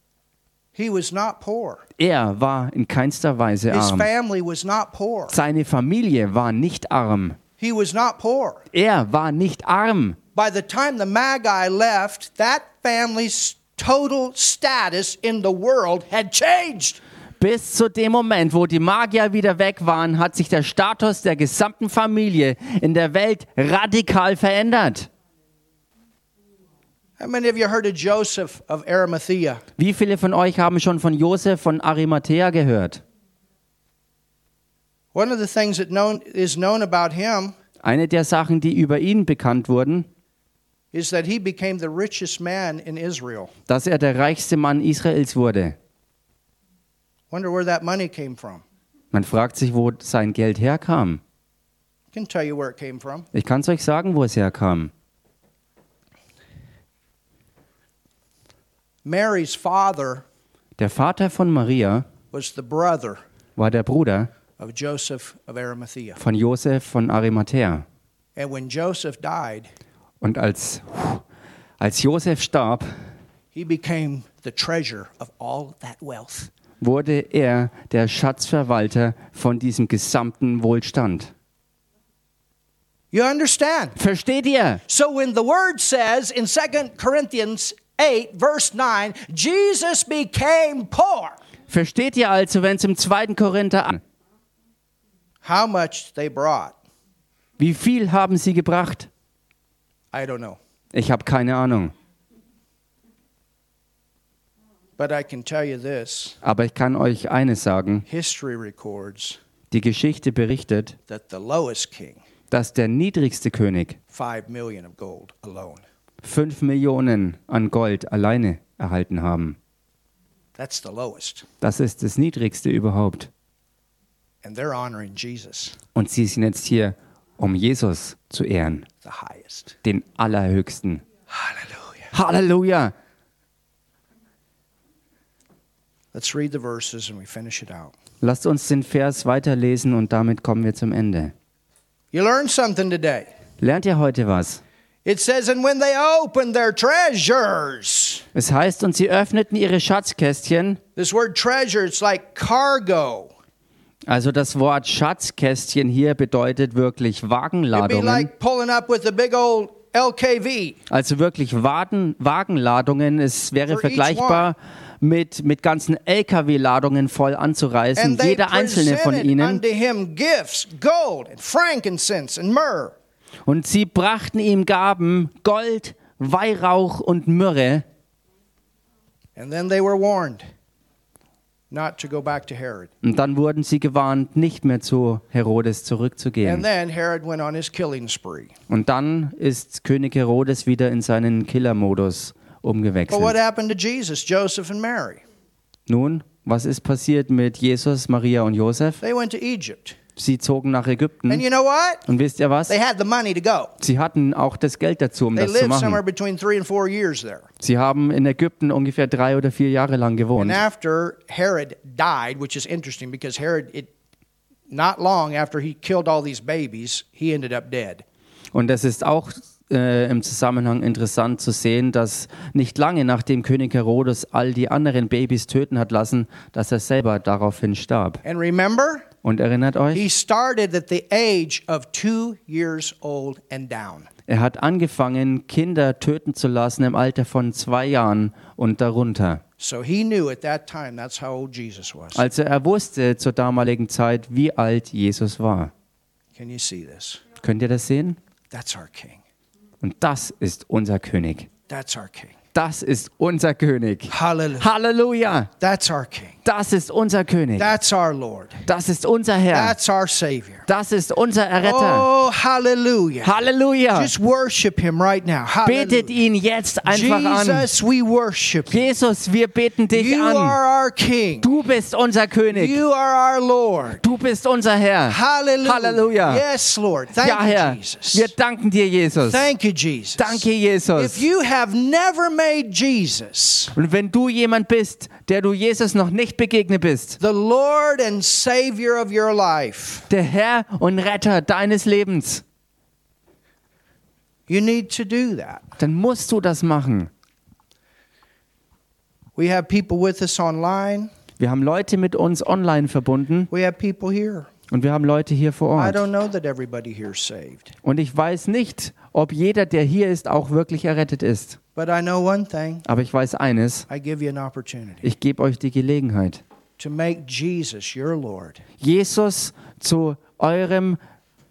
A: He was not poor,
B: Er war in keinster Weise
A: his
B: arm.
A: family was not poor.
B: Seine Familie war nicht arm.
A: He was not poor.
B: Er war nicht arm.
A: By the time the Magi left, that family's total status in the world had changed.
B: Bis zu dem Moment, wo die Magier wieder weg waren, hat sich der Status der gesamten Familie in der Welt radikal verändert.
A: How many of you heard of Joseph of Arimathea?
B: Wie viele von euch haben schon von Josef von Arimathea gehört?
A: One of the things that known, is known about him
B: Eine der Sachen, die über ihn bekannt wurden,
A: is that he became the richest man in Israel.
B: dass er der reichste Mann Israels wurde.
A: Wonder where that money came from.
B: Man fragt sich, wo sein Geld herkam.
A: Can tell you where it came from.
B: Ich kann es euch sagen, wo es herkam.
A: Mary's father
B: Der Vater von Maria
A: was the brother
B: war der Bruder
A: of Joseph of Arimathea.
B: von Josef von Arimathea.
A: And when Joseph died,
B: Und als, als Josef starb,
A: he became the treasure of all that wealth.
B: wurde er der Schatzverwalter von diesem gesamten Wohlstand.
A: You understand?
B: Versteht ihr?
A: So when the word says in 2 Corinthians 8, verse 9, Jesus became poor,
B: Versteht ihr also, wenn es im 2. Korinther an,
A: how much they brought,
B: wie viel haben sie gebracht?
A: I don't know.
B: Ich habe keine Ahnung,
A: But I can tell you this
B: aber ich kann euch eines sagen.
A: history records
B: Die Geschichte berichtet,
A: that the lowest king,
B: dass der niedrigste König
A: 5 million of gold alone.
B: 5 Millionen an Gold alleine erhalten haben.
A: That's the lowest.
B: Das ist das Niedrigste überhaupt.
A: And they're honoring Jesus,
B: Und sie sind jetzt hier, um Jesus zu ehren,
A: the highest.
B: den Allerhöchsten.
A: Hallelujah.
B: Halleluja!
A: Let's read the verses and we finish it out.
B: Lasst uns den Vers weiterlesen und damit kommen wir zum Ende.
A: You learned something today.
B: Lernt ihr heute was?
A: It says, and when they opened their treasures,
B: Es heißt, und sie öffneten ihre Schatzkästchen.
A: this word treasure, it's like cargo.
B: Also das Wort Schatzkästchen hier bedeutet wirklich
A: It'd be
B: Wagenladungen.
A: like pulling up with a big old LKV.
B: Also wirklich Waden, Wagenladungen. Es wäre
A: For each
B: vergleichbar mit, mit ganzen LKW-Ladungen voll anzureißen.
A: And they
B: Jeder einzelne von
A: presented
B: ihnen.
A: unto him gifts, gold, and frankincense, and myrrh.
B: Und sie brachten ihm Gaben, Gold, Weihrauch und Myrrhe.
A: And then they were warned not to go back to Herod.
B: Und dann wurden sie gewarnt, nicht mehr zu Herodes
A: And
B: zurückzugehen.
A: then Herod went on his killing spree.
B: Und dann ist König Herodes wieder in seinen Killermodus
A: But what
B: umgewechselt.
A: happened to Jesus, Joseph, and Mary?
B: Nun, was ist passiert mit Jesus, Maria und Josef?
A: They went to Egypt.
B: Sie zogen nach
A: And
B: Ägypten.
A: you know what?
B: Und wisst ihr was?
A: They had the money to go.
B: Sie hatten auch das Geld dazu, um
A: They
B: das zu
A: lived somewhere
B: machen.
A: between three and four years there.
B: Sie haben in Ägypten ungefähr drei oder vier Jahre lang
A: And
B: gewohnt.
A: after Herod died, which is interesting because Herod, it, not long after he killed all these babies, he ended up dead.
B: Und das ist auch äh, im Zusammenhang interessant zu sehen, dass nicht lange nachdem König Herodes all die anderen Babys töten hat lassen, dass er selber daraufhin starb.
A: And remember,
B: Und erinnert euch,
A: he started at the age of two years old and down.
B: er hat angefangen, Kinder töten zu lassen im Alter von zwei Jahren und darunter.
A: So he knew at that time that's how old Jesus was.
B: Also er wusste zur damaligen Zeit, wie alt Jesus war.
A: Can you see this?
B: Könnt ihr das sehen?
A: That's our King.
B: Und das ist unser König.
A: That's our King.
B: Das ist unser König.
A: Hallelujah.
B: Halleluja!
A: That's our King.
B: Das ist unser König.
A: That's our Lord.
B: Das ist unser Herr.
A: That's our Savior.
B: Das ist unser Erretter.
A: Oh, hallelujah.
B: Halleluja.
A: Just worship him right now.
B: Betet
A: Hallelujah.
B: ihn jetzt einfach an.
A: Jesus, we worship you.
B: Jesus, wir beten dich
A: You
B: an.
A: are our King.
B: Du bist unser König.
A: You are our Lord.
B: Du bist unser Herr.
A: Hallelujah.
B: Hallelujah.
A: Yes, Lord. Thank
B: Ja, Herr.
A: you,
B: Wir
A: Jesus.
B: danken dir, Jesus.
A: Thank you, Jesus.
B: Danke,
A: If
B: Jesus.
A: you have never made Jesus
B: Und wenn du jemand bist, der du Jesus noch nicht begegnet bist,
A: the Lord and Savior of your life,
B: der Herr und Retter deines Lebens,
A: you need to do that.
B: dann musst du das machen.
A: We have people with us online.
B: Wir haben Leute mit uns online verbunden
A: We have people here.
B: und wir haben Leute hier vor
A: I
B: Ort.
A: don't know that everybody here is saved,
B: Und ich weiß nicht, ob jeder, der hier ist, auch wirklich errettet ist.
A: but I know one thing.
B: Aber ich weiß eines,
A: I give you an opportunity
B: ich gebe euch die Gelegenheit,
A: to make Jesus your Lord,
B: Jesus zu eurem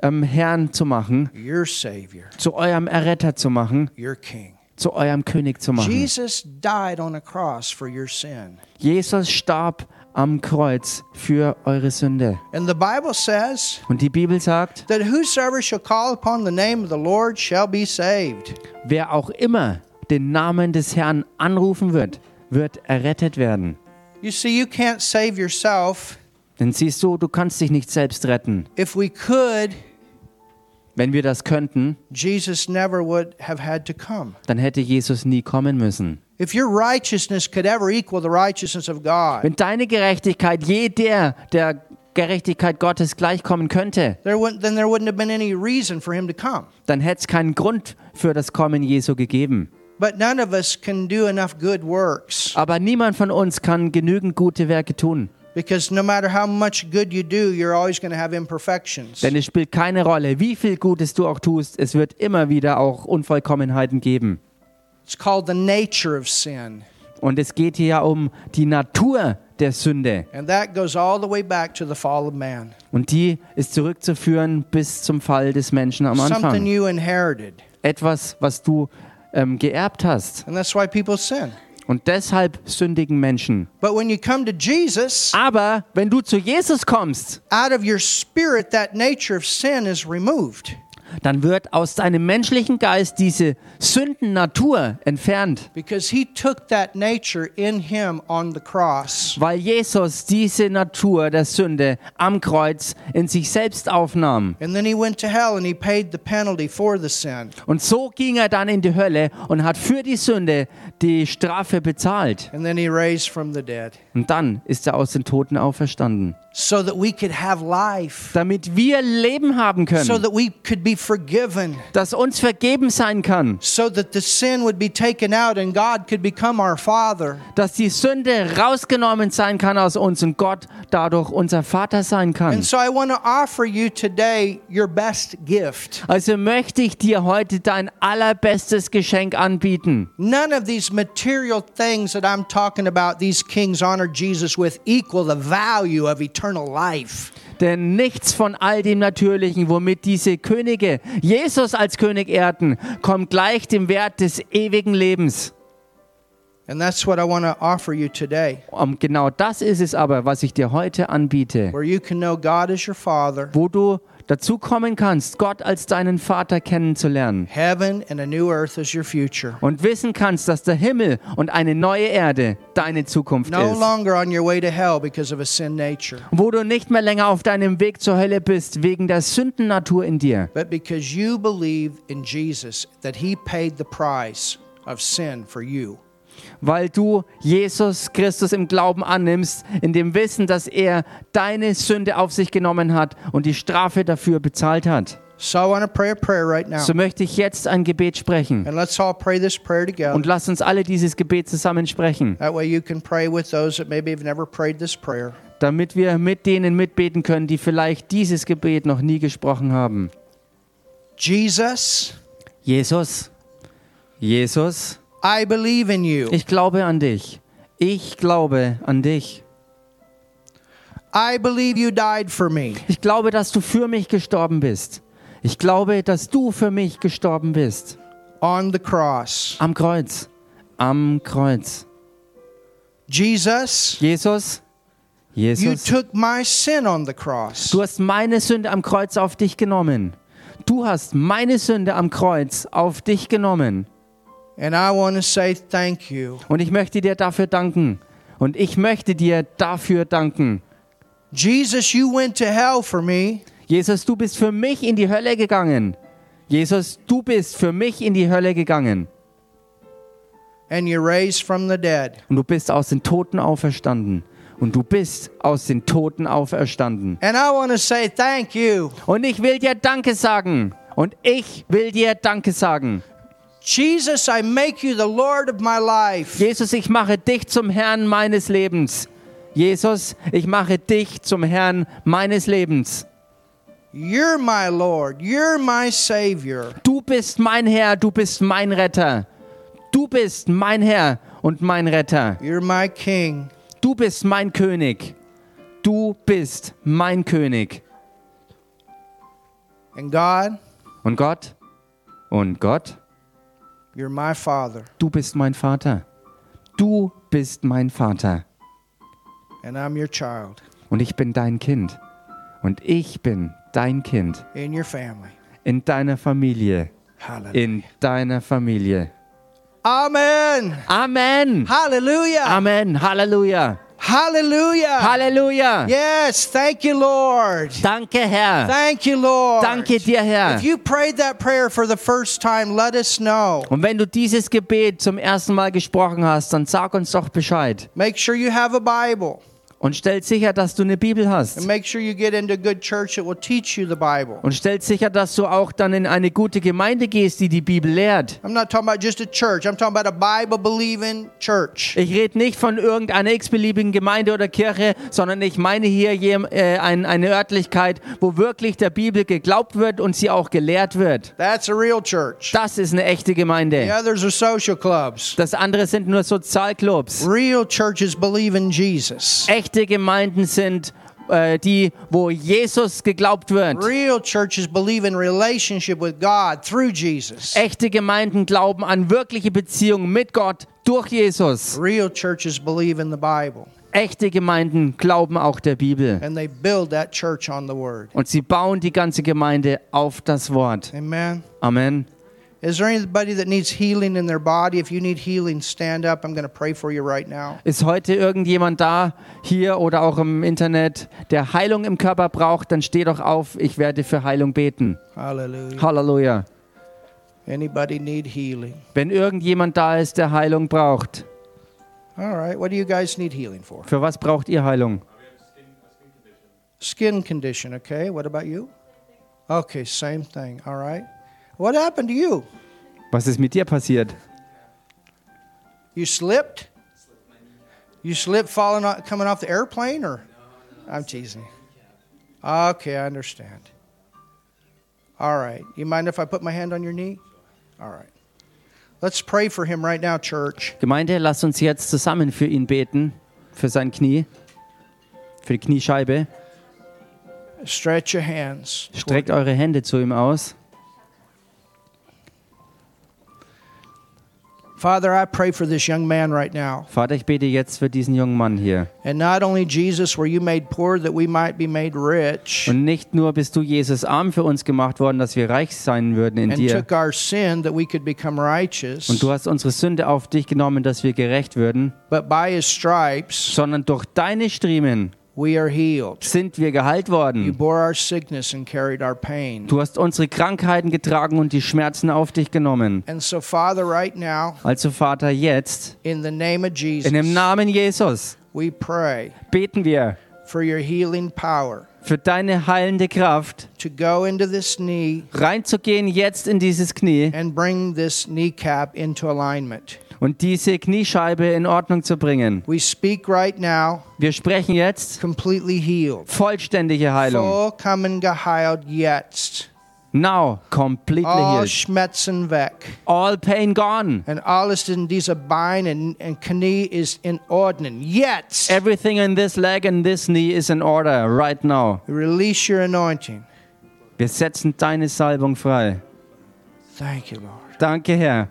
B: ähm, Herrn zu machen,
A: your Savior,
B: zu eurem Erretter zu machen,
A: your King.
B: zu eurem König zu machen.
A: Jesus died on a cross for your sin.
B: Jesus starb am Kreuz für eure Sünde.
A: And the Bible says
B: Und die Bibel sagt,
A: that whosoever shall call upon the name of the Lord shall be saved.
B: wer auch immer den Namen des Herrn anrufen wird, wird errettet werden.
A: You see, you can't save yourself.
B: Denn siehst du, du kannst dich nicht selbst retten.
A: If we could,
B: Wenn wir das könnten,
A: Jesus never would have had to come.
B: dann hätte Jesus nie kommen müssen.
A: If your righteousness could ever equal the righteousness of God,
B: Wenn deine Gerechtigkeit je der der Gerechtigkeit Gottes gleichkommen könnte,
A: there wouldn't, then there wouldn't have been any reason for him to come.
B: dann hätte es keinen Grund für das Kommen Jesu gegeben.
A: But none of us can do enough good works
B: Aber niemand von uns kann genügend gute Werke tun.
A: because no matter how much good you do, you're always going to have imperfections.
B: Denn es spielt keine Rolle, wie viel Gutes du auch tust, es wird immer wieder auch Unvollkommenheiten geben.
A: It's called the nature of sin.
B: Und es geht hier ja um die Natur der Sünde.
A: And that goes all the way back to the fall of man.
B: Und die ist zurückzuführen bis zum Fall des Menschen am
A: Something
B: Anfang.
A: you inherited.
B: Etwas, was du ähm, geerbt hast.
A: And that's why people sin.
B: Und deshalb sündigen Menschen.
A: But when you come to Jesus,
B: Aber wenn du zu Jesus kommst,
A: out of your spirit, that nature of sin is removed.
B: dann wird aus deinem menschlichen Geist diese Sündennatur entfernt,
A: because he took that nature in him on the cross.
B: weil Jesus diese Natur der Sünde am Kreuz in sich selbst aufnahm.
A: And then he went to hell and he paid the penalty for the sin.
B: Und so ging er dann in die Hölle und hat für die Sünde die Strafe bezahlt.
A: And then he raised from the dead
B: Und dann ist er aus den Toten auferstanden,
A: so that we could have life,
B: damit wir Leben haben
A: so
B: können,
A: that we could be forgiven,
B: dass uns vergeben sein kann,
A: so that the sin would be taken out and God could become our Father.
B: dass die Sünde rausgenommen sein kann aus uns und Gott dadurch unser Vater sein kann.
A: And so I want to offer you today your best gift.
B: Also möchte ich dir heute dein allerbestes Geschenk anbieten.
A: None of these material things that I'm talking about, these kings honored Jesus with, equal the value of eternal life.
B: Denn nichts von all dem Natürlichen, womit diese Könige Jesus als König ehrten, kommt gleich dem Wert des ewigen Lebens.
A: And that's what I want to offer you today,
B: Und genau das ist es aber, was ich dir heute anbiete,
A: where you can know God as your Father,
B: wo du dazu kommen kannst, Gott als deinen Vater kennenzulernen
A: heaven and a new earth as your future.
B: und wissen kannst, dass der Himmel und eine neue Erde deine Zukunft
A: No
B: ist.
A: longer on your way to hell because of a sin nature,
B: Wo du nicht mehr länger auf deinem Weg zur Hölle bist wegen der Sündennatur in dir,
A: but because you believe in Jesus, that He paid the price of sin for you.
B: weil du Jesus Christus im Glauben annimmst, in dem Wissen, dass er deine Sünde auf sich genommen hat und die Strafe dafür bezahlt hat.
A: So I want to pray a prayer right now.
B: So möchte ich jetzt ein Gebet sprechen
A: And let's all pray this prayer together.
B: und lass uns alle dieses Gebet zusammen sprechen,
A: That way you can pray with those that maybe have never prayed this prayer.
B: damit wir mit denen mitbeten können, die vielleicht dieses Gebet noch nie gesprochen haben.
A: Jesus,
B: Jesus, Jesus,
A: I believe in you.
B: ich glaube an dich. Ich glaube an dich.
A: I believe you died for me.
B: Ich glaube, dass du für mich gestorben bist. Ich glaube, dass du für mich gestorben bist.
A: on the cross.
B: Am Kreuz. Am Kreuz.
A: Jesus,
B: Jesus.
A: you
B: Jesus.
A: took my sin on the cross.
B: Du hast meine Sünde am Kreuz auf dich genommen. Du hast meine Sünde am Kreuz auf dich genommen.
A: And I want to say thank you.
B: Und ich möchte dir dafür danken. Und ich möchte dir dafür danken.
A: Jesus, you went to hell for me,
B: Jesus, du bist für mich in die Hölle gegangen. Jesus, du bist für mich in die Hölle gegangen.
A: and you raised from the dead.
B: und du bist aus den Toten auferstanden. Und du bist aus den Toten auferstanden.
A: And I want to say thank you.
B: Und ich will dir Danke sagen. Und ich will dir Danke sagen.
A: Jesus, I make you the Lord of my life.
B: Jesus, ich mache dich zum Herrn meines Lebens. Jesus, ich mache dich zum Herrn meines Lebens.
A: You're my Lord. You're my Savior.
B: Du bist mein Herr, du bist mein Retter. Du bist mein Herr und mein Retter.
A: You're my King.
B: Du bist mein König. Du bist mein König.
A: And God,
B: Und Gott, und Gott,
A: you're my Father.
B: du bist mein Vater. Du bist mein Vater.
A: And I'm your child
B: Und ich bin dein Kind. Und ich bin dein Kind.
A: in your family.
B: In deiner Familie.
A: Hallelujah.
B: In deiner Familie.
A: Amen.
B: Amen.
A: Hallelujah.
B: Amen. Halleluja.
A: Hallelujah.
B: Halleluja.
A: Yes, thank you, Lord.
B: Danke, Herr.
A: Thank you, Lord.
B: Danke dir, Herr.
A: If you prayed that prayer for the first time, let us know.
B: Und wenn du dieses Gebet zum ersten Mal gesprochen hast, dann sag uns doch Bescheid.
A: Make sure you have a Bible
B: Und stell sicher, dass du eine Bibel
A: and
B: hast.
A: make sure you get into a good church that will teach you the Bible.
B: Und stell sicher, dass du auch dann in eine gute Gemeinde gehst, die die Bibel lehrt.
A: I'm not talking about just a church, I'm talking about a Bible believing church.
B: Ich rede nicht von irgendeiner x-beliebigen Gemeinde oder Kirche, sondern ich meine hier jem- äh, ein, eine Örtlichkeit, wo wirklich der Bibel geglaubt wird und sie auch gelehrt wird.
A: That's a real church.
B: Das ist eine echte
A: The
B: Gemeinde.
A: others are social clubs.
B: Das andere sind nur Sozialclubs.
A: Real churches believe in Jesus.
B: Echte Gemeinden sind äh, die, wo Jesus geglaubt wird.
A: Real churches believe in relationship with God through Jesus.
B: Echte Gemeinden glauben an wirkliche Beziehungen mit Gott durch Jesus.
A: Real churches believe in the Bible.
B: Echte Gemeinden glauben auch der Bibel.
A: and they build that church on the word.
B: Und sie bauen die ganze Gemeinde auf das Wort.
A: Amen.
B: Amen.
A: Is there anybody that needs healing in their body? If you need healing, stand up. I'm going to pray for you right now.
B: Ist heute irgendjemand da, hier oder auch im Internet, der Heilung im Körper braucht, dann steh doch auf, ich werde für Heilung beten.
A: Hallelujah.
B: Halleluja.
A: Anybody need healing?
B: Wenn irgendjemand da ist, der Heilung braucht,
A: All right. What do you guys need healing for?
B: für was braucht ihr Heilung?
A: Skin condition, okay? What about you? Okay, same thing. All right. What happened to you?
B: Was ist mit dir passiert?
A: You slipped? You slipped falling off, coming off the airplane or I'm teasing. Okay, I understand. All right. You mind if I put my hand on your knee? All right. Let's pray for him right now, church.
B: Gemeinde, lasst uns jetzt zusammen für ihn beten, für sein Knie, für die Kniescheibe.
A: Stretch your hands.
B: Streckt eure Hände zu ihm aus.
A: Father, I pray for this young man right now.
B: Vater, ich bete jetzt für diesen jungen Mann hier.
A: And not only Jesus, were you made poor that we might be made rich,
B: Und nicht nur bist du Jesus arm für uns gemacht worden, dass wir reich sein würden in
A: and
B: dir.
A: took our sin that we could become righteous,
B: Und du hast unsere Sünde auf dich genommen, dass wir gerecht würden,
A: but by his stripes
B: sondern durch deine Striemen
A: we are healed.
B: sind wir geheilt
A: You
B: worden.
A: bore our sickness and carried our pain.
B: Du hast unsere Krankheiten getragen und die Schmerzen auf dich genommen.
A: And so, Father, right now,
B: Also Vater, jetzt,
A: in the name of
B: in dem
A: Jesus,
B: Namen Jesus,
A: we pray
B: beten wir
A: for your healing power
B: für deine heilende Kraft,
A: to go into this knee
B: reinzugehen jetzt in dieses Knie
A: and bring this kneecap into alignment.
B: und diese Kniescheibe in Ordnung zu bringen.
A: We speak right now,
B: Wir sprechen jetzt
A: completely healed.
B: vollständige Heilung.
A: Full kommen geheilt jetzt.
B: Now, completely
A: All
B: healed.
A: Schmerzen weg.
B: All pain gone.
A: And alles in dieser Bein and, and Knie is in Ordnung. Jetzt.
B: Everything in this leg and this knee is in order right now.
A: Release your anointing.
B: Wir setzen deine Salbung frei.
A: Thank you, Lord.
B: Danke, Herr.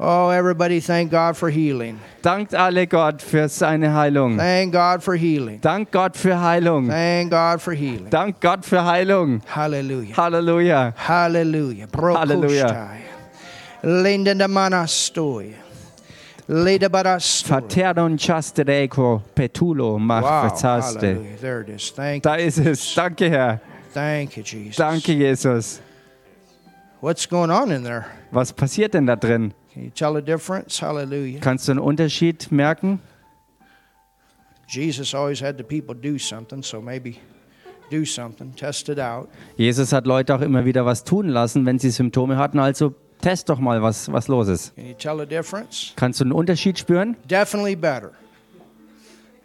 A: Oh, everybody, thank God for healing.
B: Dankt alle Gott für seine Heilung.
A: Thank God for healing.
B: Dank Gott für Heilung.
A: Thank God for healing.
B: Dank Gott für Heilung.
A: Hallelujah.
B: Halleluja.
A: Hallelujah. Brokushtai. Linda de manastoy. Leda barastoy.
B: Pateron chastereco petulo
A: Wow.
B: machverzaste.
A: Hallelujah. There it is. Thank,
B: Da ist es. Danke, Herr.
A: thank you, Jesus.
B: Danke, Jesus.
A: What's going on in there?
B: Was passiert denn da drin?
A: Can you tell a difference? Hallelujah.
B: Kannst du einen Unterschied merken?
A: Jesus always had the people do something, so maybe do something, test it out.
B: Jesus hat Leute auch immer wieder was tun lassen, wenn sie Symptome hatten. Also test doch mal, was, was los ist.
A: Can you tell a difference?
B: Kannst du einen Unterschied spüren?
A: Definitely better.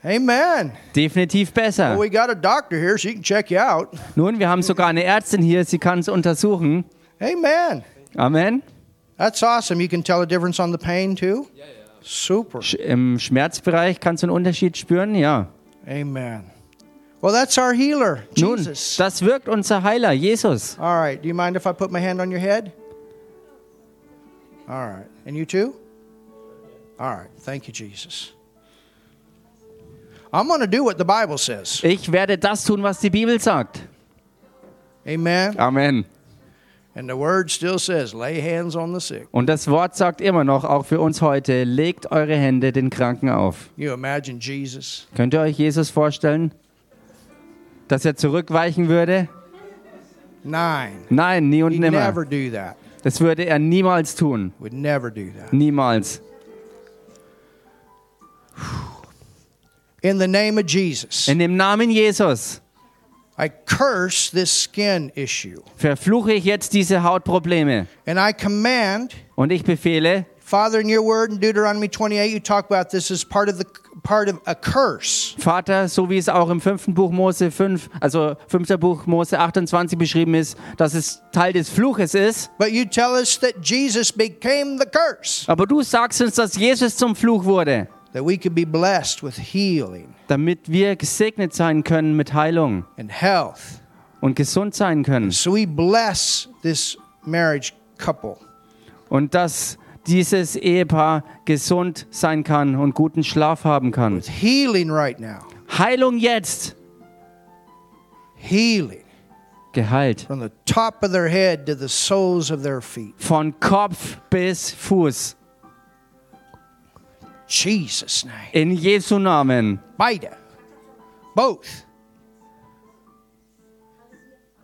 A: Amen.
B: Definitiv besser.
A: Well, we got a doctor here, so he can check you out.
B: Nun, wir haben sogar eine Ärztin hier, sie kann es untersuchen.
A: Amen.
B: Amen.
A: That's awesome. You can tell a difference on the pain too? Yeah, yeah. Super.
B: Sch Im Schmerzbereich kannst du einen Unterschied spüren? Ja.
A: Amen. Well, that's our healer,
B: Nun,
A: Jesus.
B: das wirkt unser Heiler, Jesus.
A: All right. Do you mind if I put my hand on your head? All right. And you too? All right. Thank you, Jesus. I'm going to do what the Bible says.
B: Ich werde das tun, was die Bibel sagt.
A: Amen.
B: Amen.
A: And the word still says, lay hands on the sick.
B: Und das Wort sagt immer noch, auch für uns heute, legt eure Hände den Kranken auf.
A: You imagine Jesus.
B: Könnt ihr euch Jesus vorstellen, dass er zurückweichen würde?
A: Nine.
B: Nein, nie und
A: He'd
B: nimmer.
A: never do that.
B: Das würde er niemals tun.
A: Would never do that.
B: Niemals.
A: In the name of Jesus.
B: In dem Namen Jesus
A: I curse this skin issue.
B: verfluche ich jetzt diese Hautprobleme.
A: And I command,
B: Und ich befehle,
A: Father, in your word in Deuteronomy 28, you talk about this as part of the part of a curse.
B: Vater, so wie es auch im fünften Buch Mose 5, also fünfter Buch Mose 28 beschrieben ist, dass es Teil des Fluches ist.
A: But you tell us that Jesus became the curse,
B: Aber du sagst uns, dass Jesus zum Fluch wurde,
A: that we could be blessed with healing
B: damit wir gesegnet sein können mit Heilung
A: and health.
B: und gesund sein können.
A: So we bless this marriage couple.
B: Und dass dieses Ehepaar gesund sein kann und guten Schlaf haben kann.
A: Healing right now.
B: Heilung jetzt.
A: Healing
B: Geheilt.
A: from the top of their head to the soles of their feet.
B: Von Kopf bis Fuß.
A: Jesus' name.
B: In Jesu Namen.
A: Bida. Both.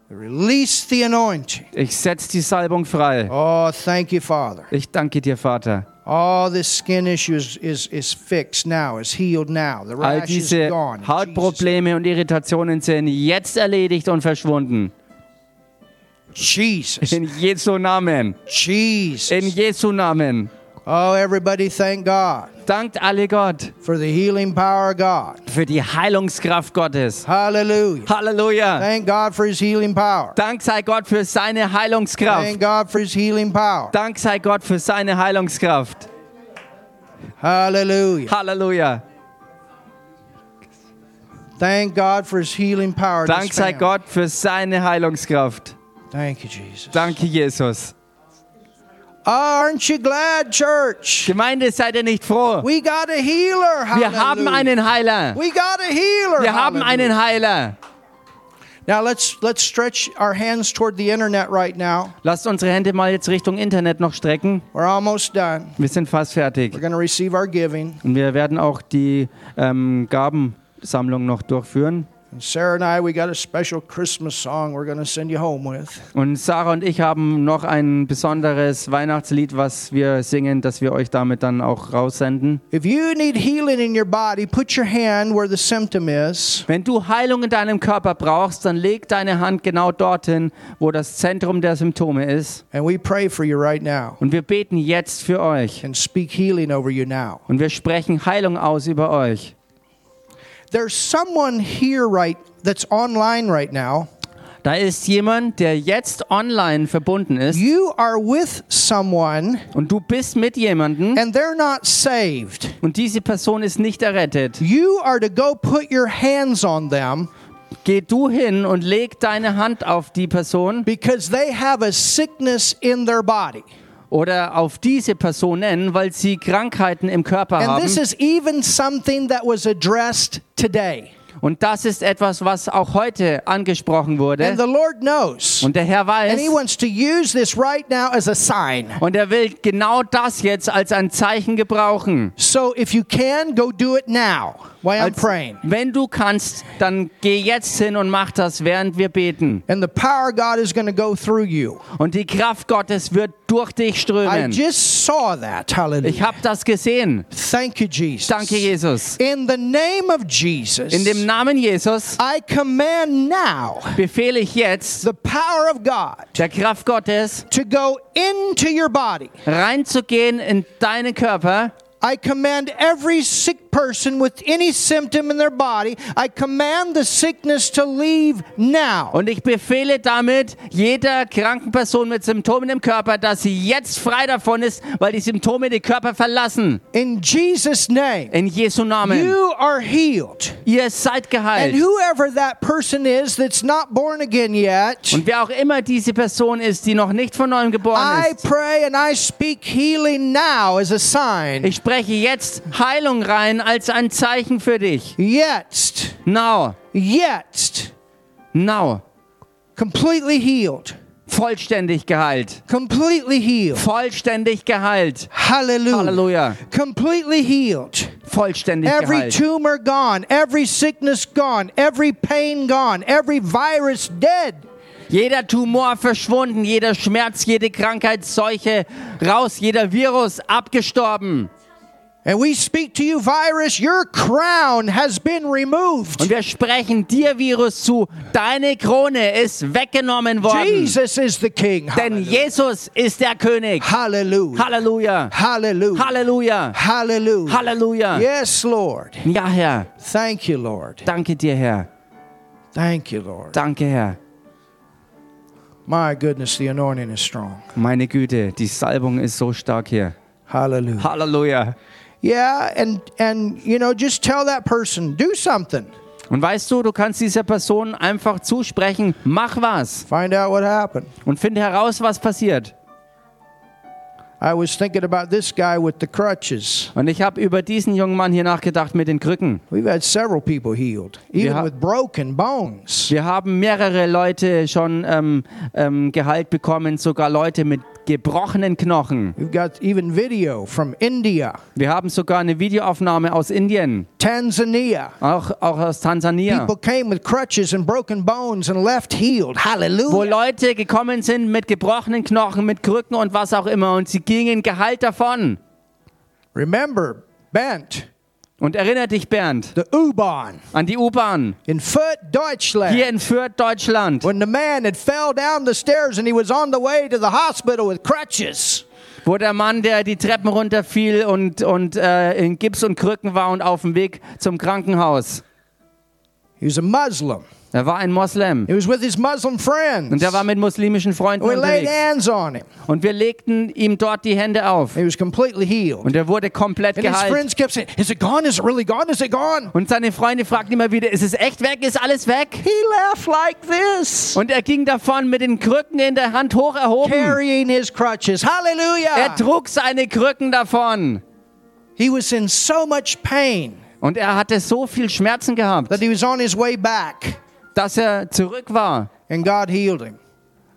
A: Release the anointing.
B: Ich setze die Salbung frei.
A: Oh, thank you, Father.
B: Ich danke dir, Vater.
A: All this skin issue is, is, is fixed now, is healed now. The
B: All
A: rash is
B: diese
A: gone. in Jesus'
B: Hautprobleme und Irritationen sind jetzt erledigt und verschwunden.
A: Jesus. [laughs]
B: In Jesu Namen. In
A: Jesus.
B: Jesu Namen.
A: Oh, everybody, thank God
B: Dankt alle Gott
A: for the healing power of God.
B: für die Heilungskraft Gottes.
A: Hallelujah.
B: Halleluja.
A: Thank God for his healing power.
B: Dank sei Gott für seine
A: Thank
B: Heilungskraft.
A: God for his healing power.
B: Dank sei Gott für seine Heilungskraft.
A: Hallelujah.
B: Halleluja.
A: Thank God for his healing power. to
B: Dank
A: his
B: sei
A: family.
B: Gott für seine Heilungskraft.
A: Thank you, Jesus.
B: Danke, Jesus.
A: Aren't you glad, church?
B: Gemeinde, seid ihr nicht froh?
A: We got a healer. Hallelujah.
B: Wir haben einen Heiler.
A: We got a healer.
B: Wir haben
A: Hallelujah.
B: einen Heiler.
A: Now let's let's stretch our hands toward the internet right now.
B: Lasst unsere Hände mal jetzt Richtung Internet noch strecken.
A: We're almost done.
B: Wir sind fast
A: We're
B: fertig.
A: going to receive our giving.
B: Und wir werden auch die ähm, Gabensammlung noch durchführen.
A: And Sarah and I, we got a special Christmas song we're going to send you home with.
B: Und Sarah und ich haben noch ein besonderes Weihnachtslied, was wir singen, das wir euch damit dann auch raussenden.
A: If you need healing in your body, put your hand where the symptom is.
B: Wenn du Heilung in deinem Körper brauchst, dann leg deine Hand genau dorthin, wo das Zentrum der Symptome ist.
A: And we pray for you right now
B: Und wir beten jetzt für euch.
A: and speak healing over you now.
B: Und wir sprechen Heilung aus über euch.
A: There's someone here right that's online right now.
B: Da ist jemand, der jetzt online verbunden ist
A: You are with someone
B: und du bist mit jemandem
A: and they're not saved.
B: und diese Person ist nicht errettet.
A: You are to go put your hands on them
B: Geh du hin und leg deine Hand auf die Person
A: because they have a sickness in their body.
B: oder auf diese Personen, weil sie Krankheiten im Körper
A: And this
B: haben.
A: is even something that was addressed today.
B: Und das ist etwas, was auch heute angesprochen
A: And
B: wurde.
A: the Lord knows.
B: Und der Herr
A: And
B: weiß,
A: He wants to use this right now as a sign.
B: und er will genau das jetzt als ein Zeichen gebrauchen.
A: So if you can, go do it now while I'm
B: Als,
A: praying.
B: wenn du kannst, dann geh jetzt hin und mach das, während wir beten.
A: And the power of God is going to go through you.
B: Und die Kraft Gottes wird durch dich
A: I
B: strömen.
A: just saw that.
B: Ich
A: Hallelujah.
B: habe das gesehen.
A: Thank you, Jesus.
B: Danke, Jesus.
A: In the name of Jesus,
B: In dem Namen Jesus
A: I command now
B: befehle ich jetzt
A: the power of God
B: der Kraft Gottes
A: to go into your body.
B: reinzugehen in deinen Körper.
A: I command every sick person with any symptom in their body, I command the sickness to leave now.
B: Und ich befehle damit jeder kranken Person mit Symptomen im Körper, dass sie jetzt frei davon ist, weil die Symptome den Körper verlassen.
A: In Jesus' name,
B: In Jesu Namen.
A: you are healed.
B: Ihr seid
A: And
B: geheilt.
A: whoever that person is that's not born again yet,
B: Und wer auch immer diese Person ist, die noch nicht von neuem geboren
A: I
B: ist,
A: pray and I speak healing now as a sign.
B: ich spreche jetzt Heilung rein als ein Zeichen für dich.
A: Jetzt,
B: Now,
A: jetzt,
B: now.
A: completely healed.
B: Vollständig geheilt.
A: Completely healed.
B: Vollständig geheilt.
A: Hallelujah.
B: Halleluja.
A: Completely healed.
B: Vollständig
A: Every
B: geheilt.
A: tumor gone, every sickness gone, every pain gone, every virus dead.
B: Jeder Tumor verschwunden, jeder Schmerz, jede Krankheit, Seuche raus, jeder Virus abgestorben.
A: And we speak to you, virus, your crown has been
B: Und
A: removed.
B: wir sprechen dir, Virus, zu. Deine Krone ist weggenommen worden.
A: Jesus is the King.
B: Denn Jesus ist der König.
A: Hallelujah.
B: Halleluja.
A: Hallelujah.
B: Halleluja.
A: Hallelujah.
B: Halleluja.
A: Yes, Lord.
B: Ja, Herr.
A: Thank you, Lord.
B: Danke dir, Herr.
A: Thank you, Lord.
B: Danke, Herr.
A: My goodness, the anointing is strong.
B: Meine Güte, die Salbung ist so stark hier.
A: Hallelujah.
B: Halleluja.
A: Yeah, and and you know, just tell that person, do something.
B: Und weißt du, du kannst dieser Person einfach zusprechen, mach was
A: Find out what happened.
B: und finde heraus, was passiert.
A: I I was thinking about this guy with the crutches.
B: Und ich habe über diesen jungen Mann hier nachgedacht mit den Krücken.
A: We've had several people healed, even
B: ha-
A: with broken bones.
B: Wir haben mehrere Leute schon ähm, ähm, Gehalt bekommen, sogar Leute mit gebrochenen Knochen.
A: We've got even video from India,
B: Wir haben sogar eine Videoaufnahme aus Indien,
A: Tanzania.
B: auch, auch aus Tansania,
A: People came with crutches and broken bones and left healed.
B: wo
A: Hallelujah.
B: Leute gekommen sind mit gebrochenen Knochen, mit Krücken und was auch immer und sie gingen Gehalt davon.
A: Remember, bent,
B: Und erinnere dich, Bernd,
A: the U-Bahn
B: an die U-Bahn
A: in Fürth, Deutschland.
B: hier in Fürth, Deutschland,
A: When the man had fell down the stairs and he was on the way to the hospital with crutches.
B: wo der Mann, der die Treppen runterfiel und, und äh, in Gips und Krücken war und auf dem Weg zum Krankenhaus.
A: He was a Muslim.
B: Er war ein Moslem
A: He was with his Muslim friends.
B: und er war mit muslimischen Freunden
A: we laid
B: unterwegs.
A: hands on him.
B: Und wir legten ihm dort die Hände auf
A: He was completely healed.
B: und er wurde komplett
A: And his
B: geheilt.
A: friends kept saying, Is it gone? Is it really gone? Is it gone?
B: Und seine Freunde fragten immer wieder, ist es echt weg? Ist alles weg?
A: He left like this,
B: Und er ging davon mit den Krücken in der Hand hoch erhoben.
A: carrying his crutches.
B: Er
A: Hallelujah.
B: trug seine Krücken davon.
A: He was in so much pain
B: Und er hatte so viel Schmerzen gehabt,
A: that he was on his way back,
B: dass er zurück war.
A: and God healed him.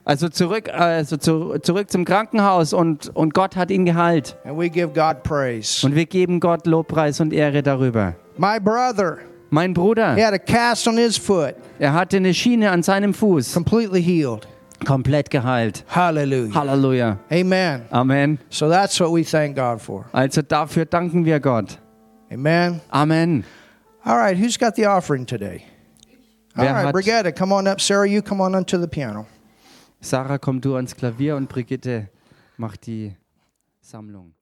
B: Also zurück, also zu, zurück zum Krankenhaus und, und Gott hat ihn geheilt.
A: And we give God praise.
B: Und wir geben Gott Lobpreis und Ehre darüber.
A: My brother,
B: Mein Bruder,
A: he had a cast on his foot,
B: er hatte eine Schiene an seinem Fuß,
A: completely healed.
B: komplett geheilt.
A: Hallelujah.
B: Halleluja.
A: Amen.
B: Amen.
A: So that's what we thank God for.
B: Also dafür danken wir Gott.
A: Amen.
B: Amen.
A: All right, who's got the offering today? All
B: Wer
A: right,
B: hat-
A: Brigetta, come on up. Sarah, you come on up to the piano.
B: Sarah, komm du ans Klavier und Brigitte macht die Sammlung.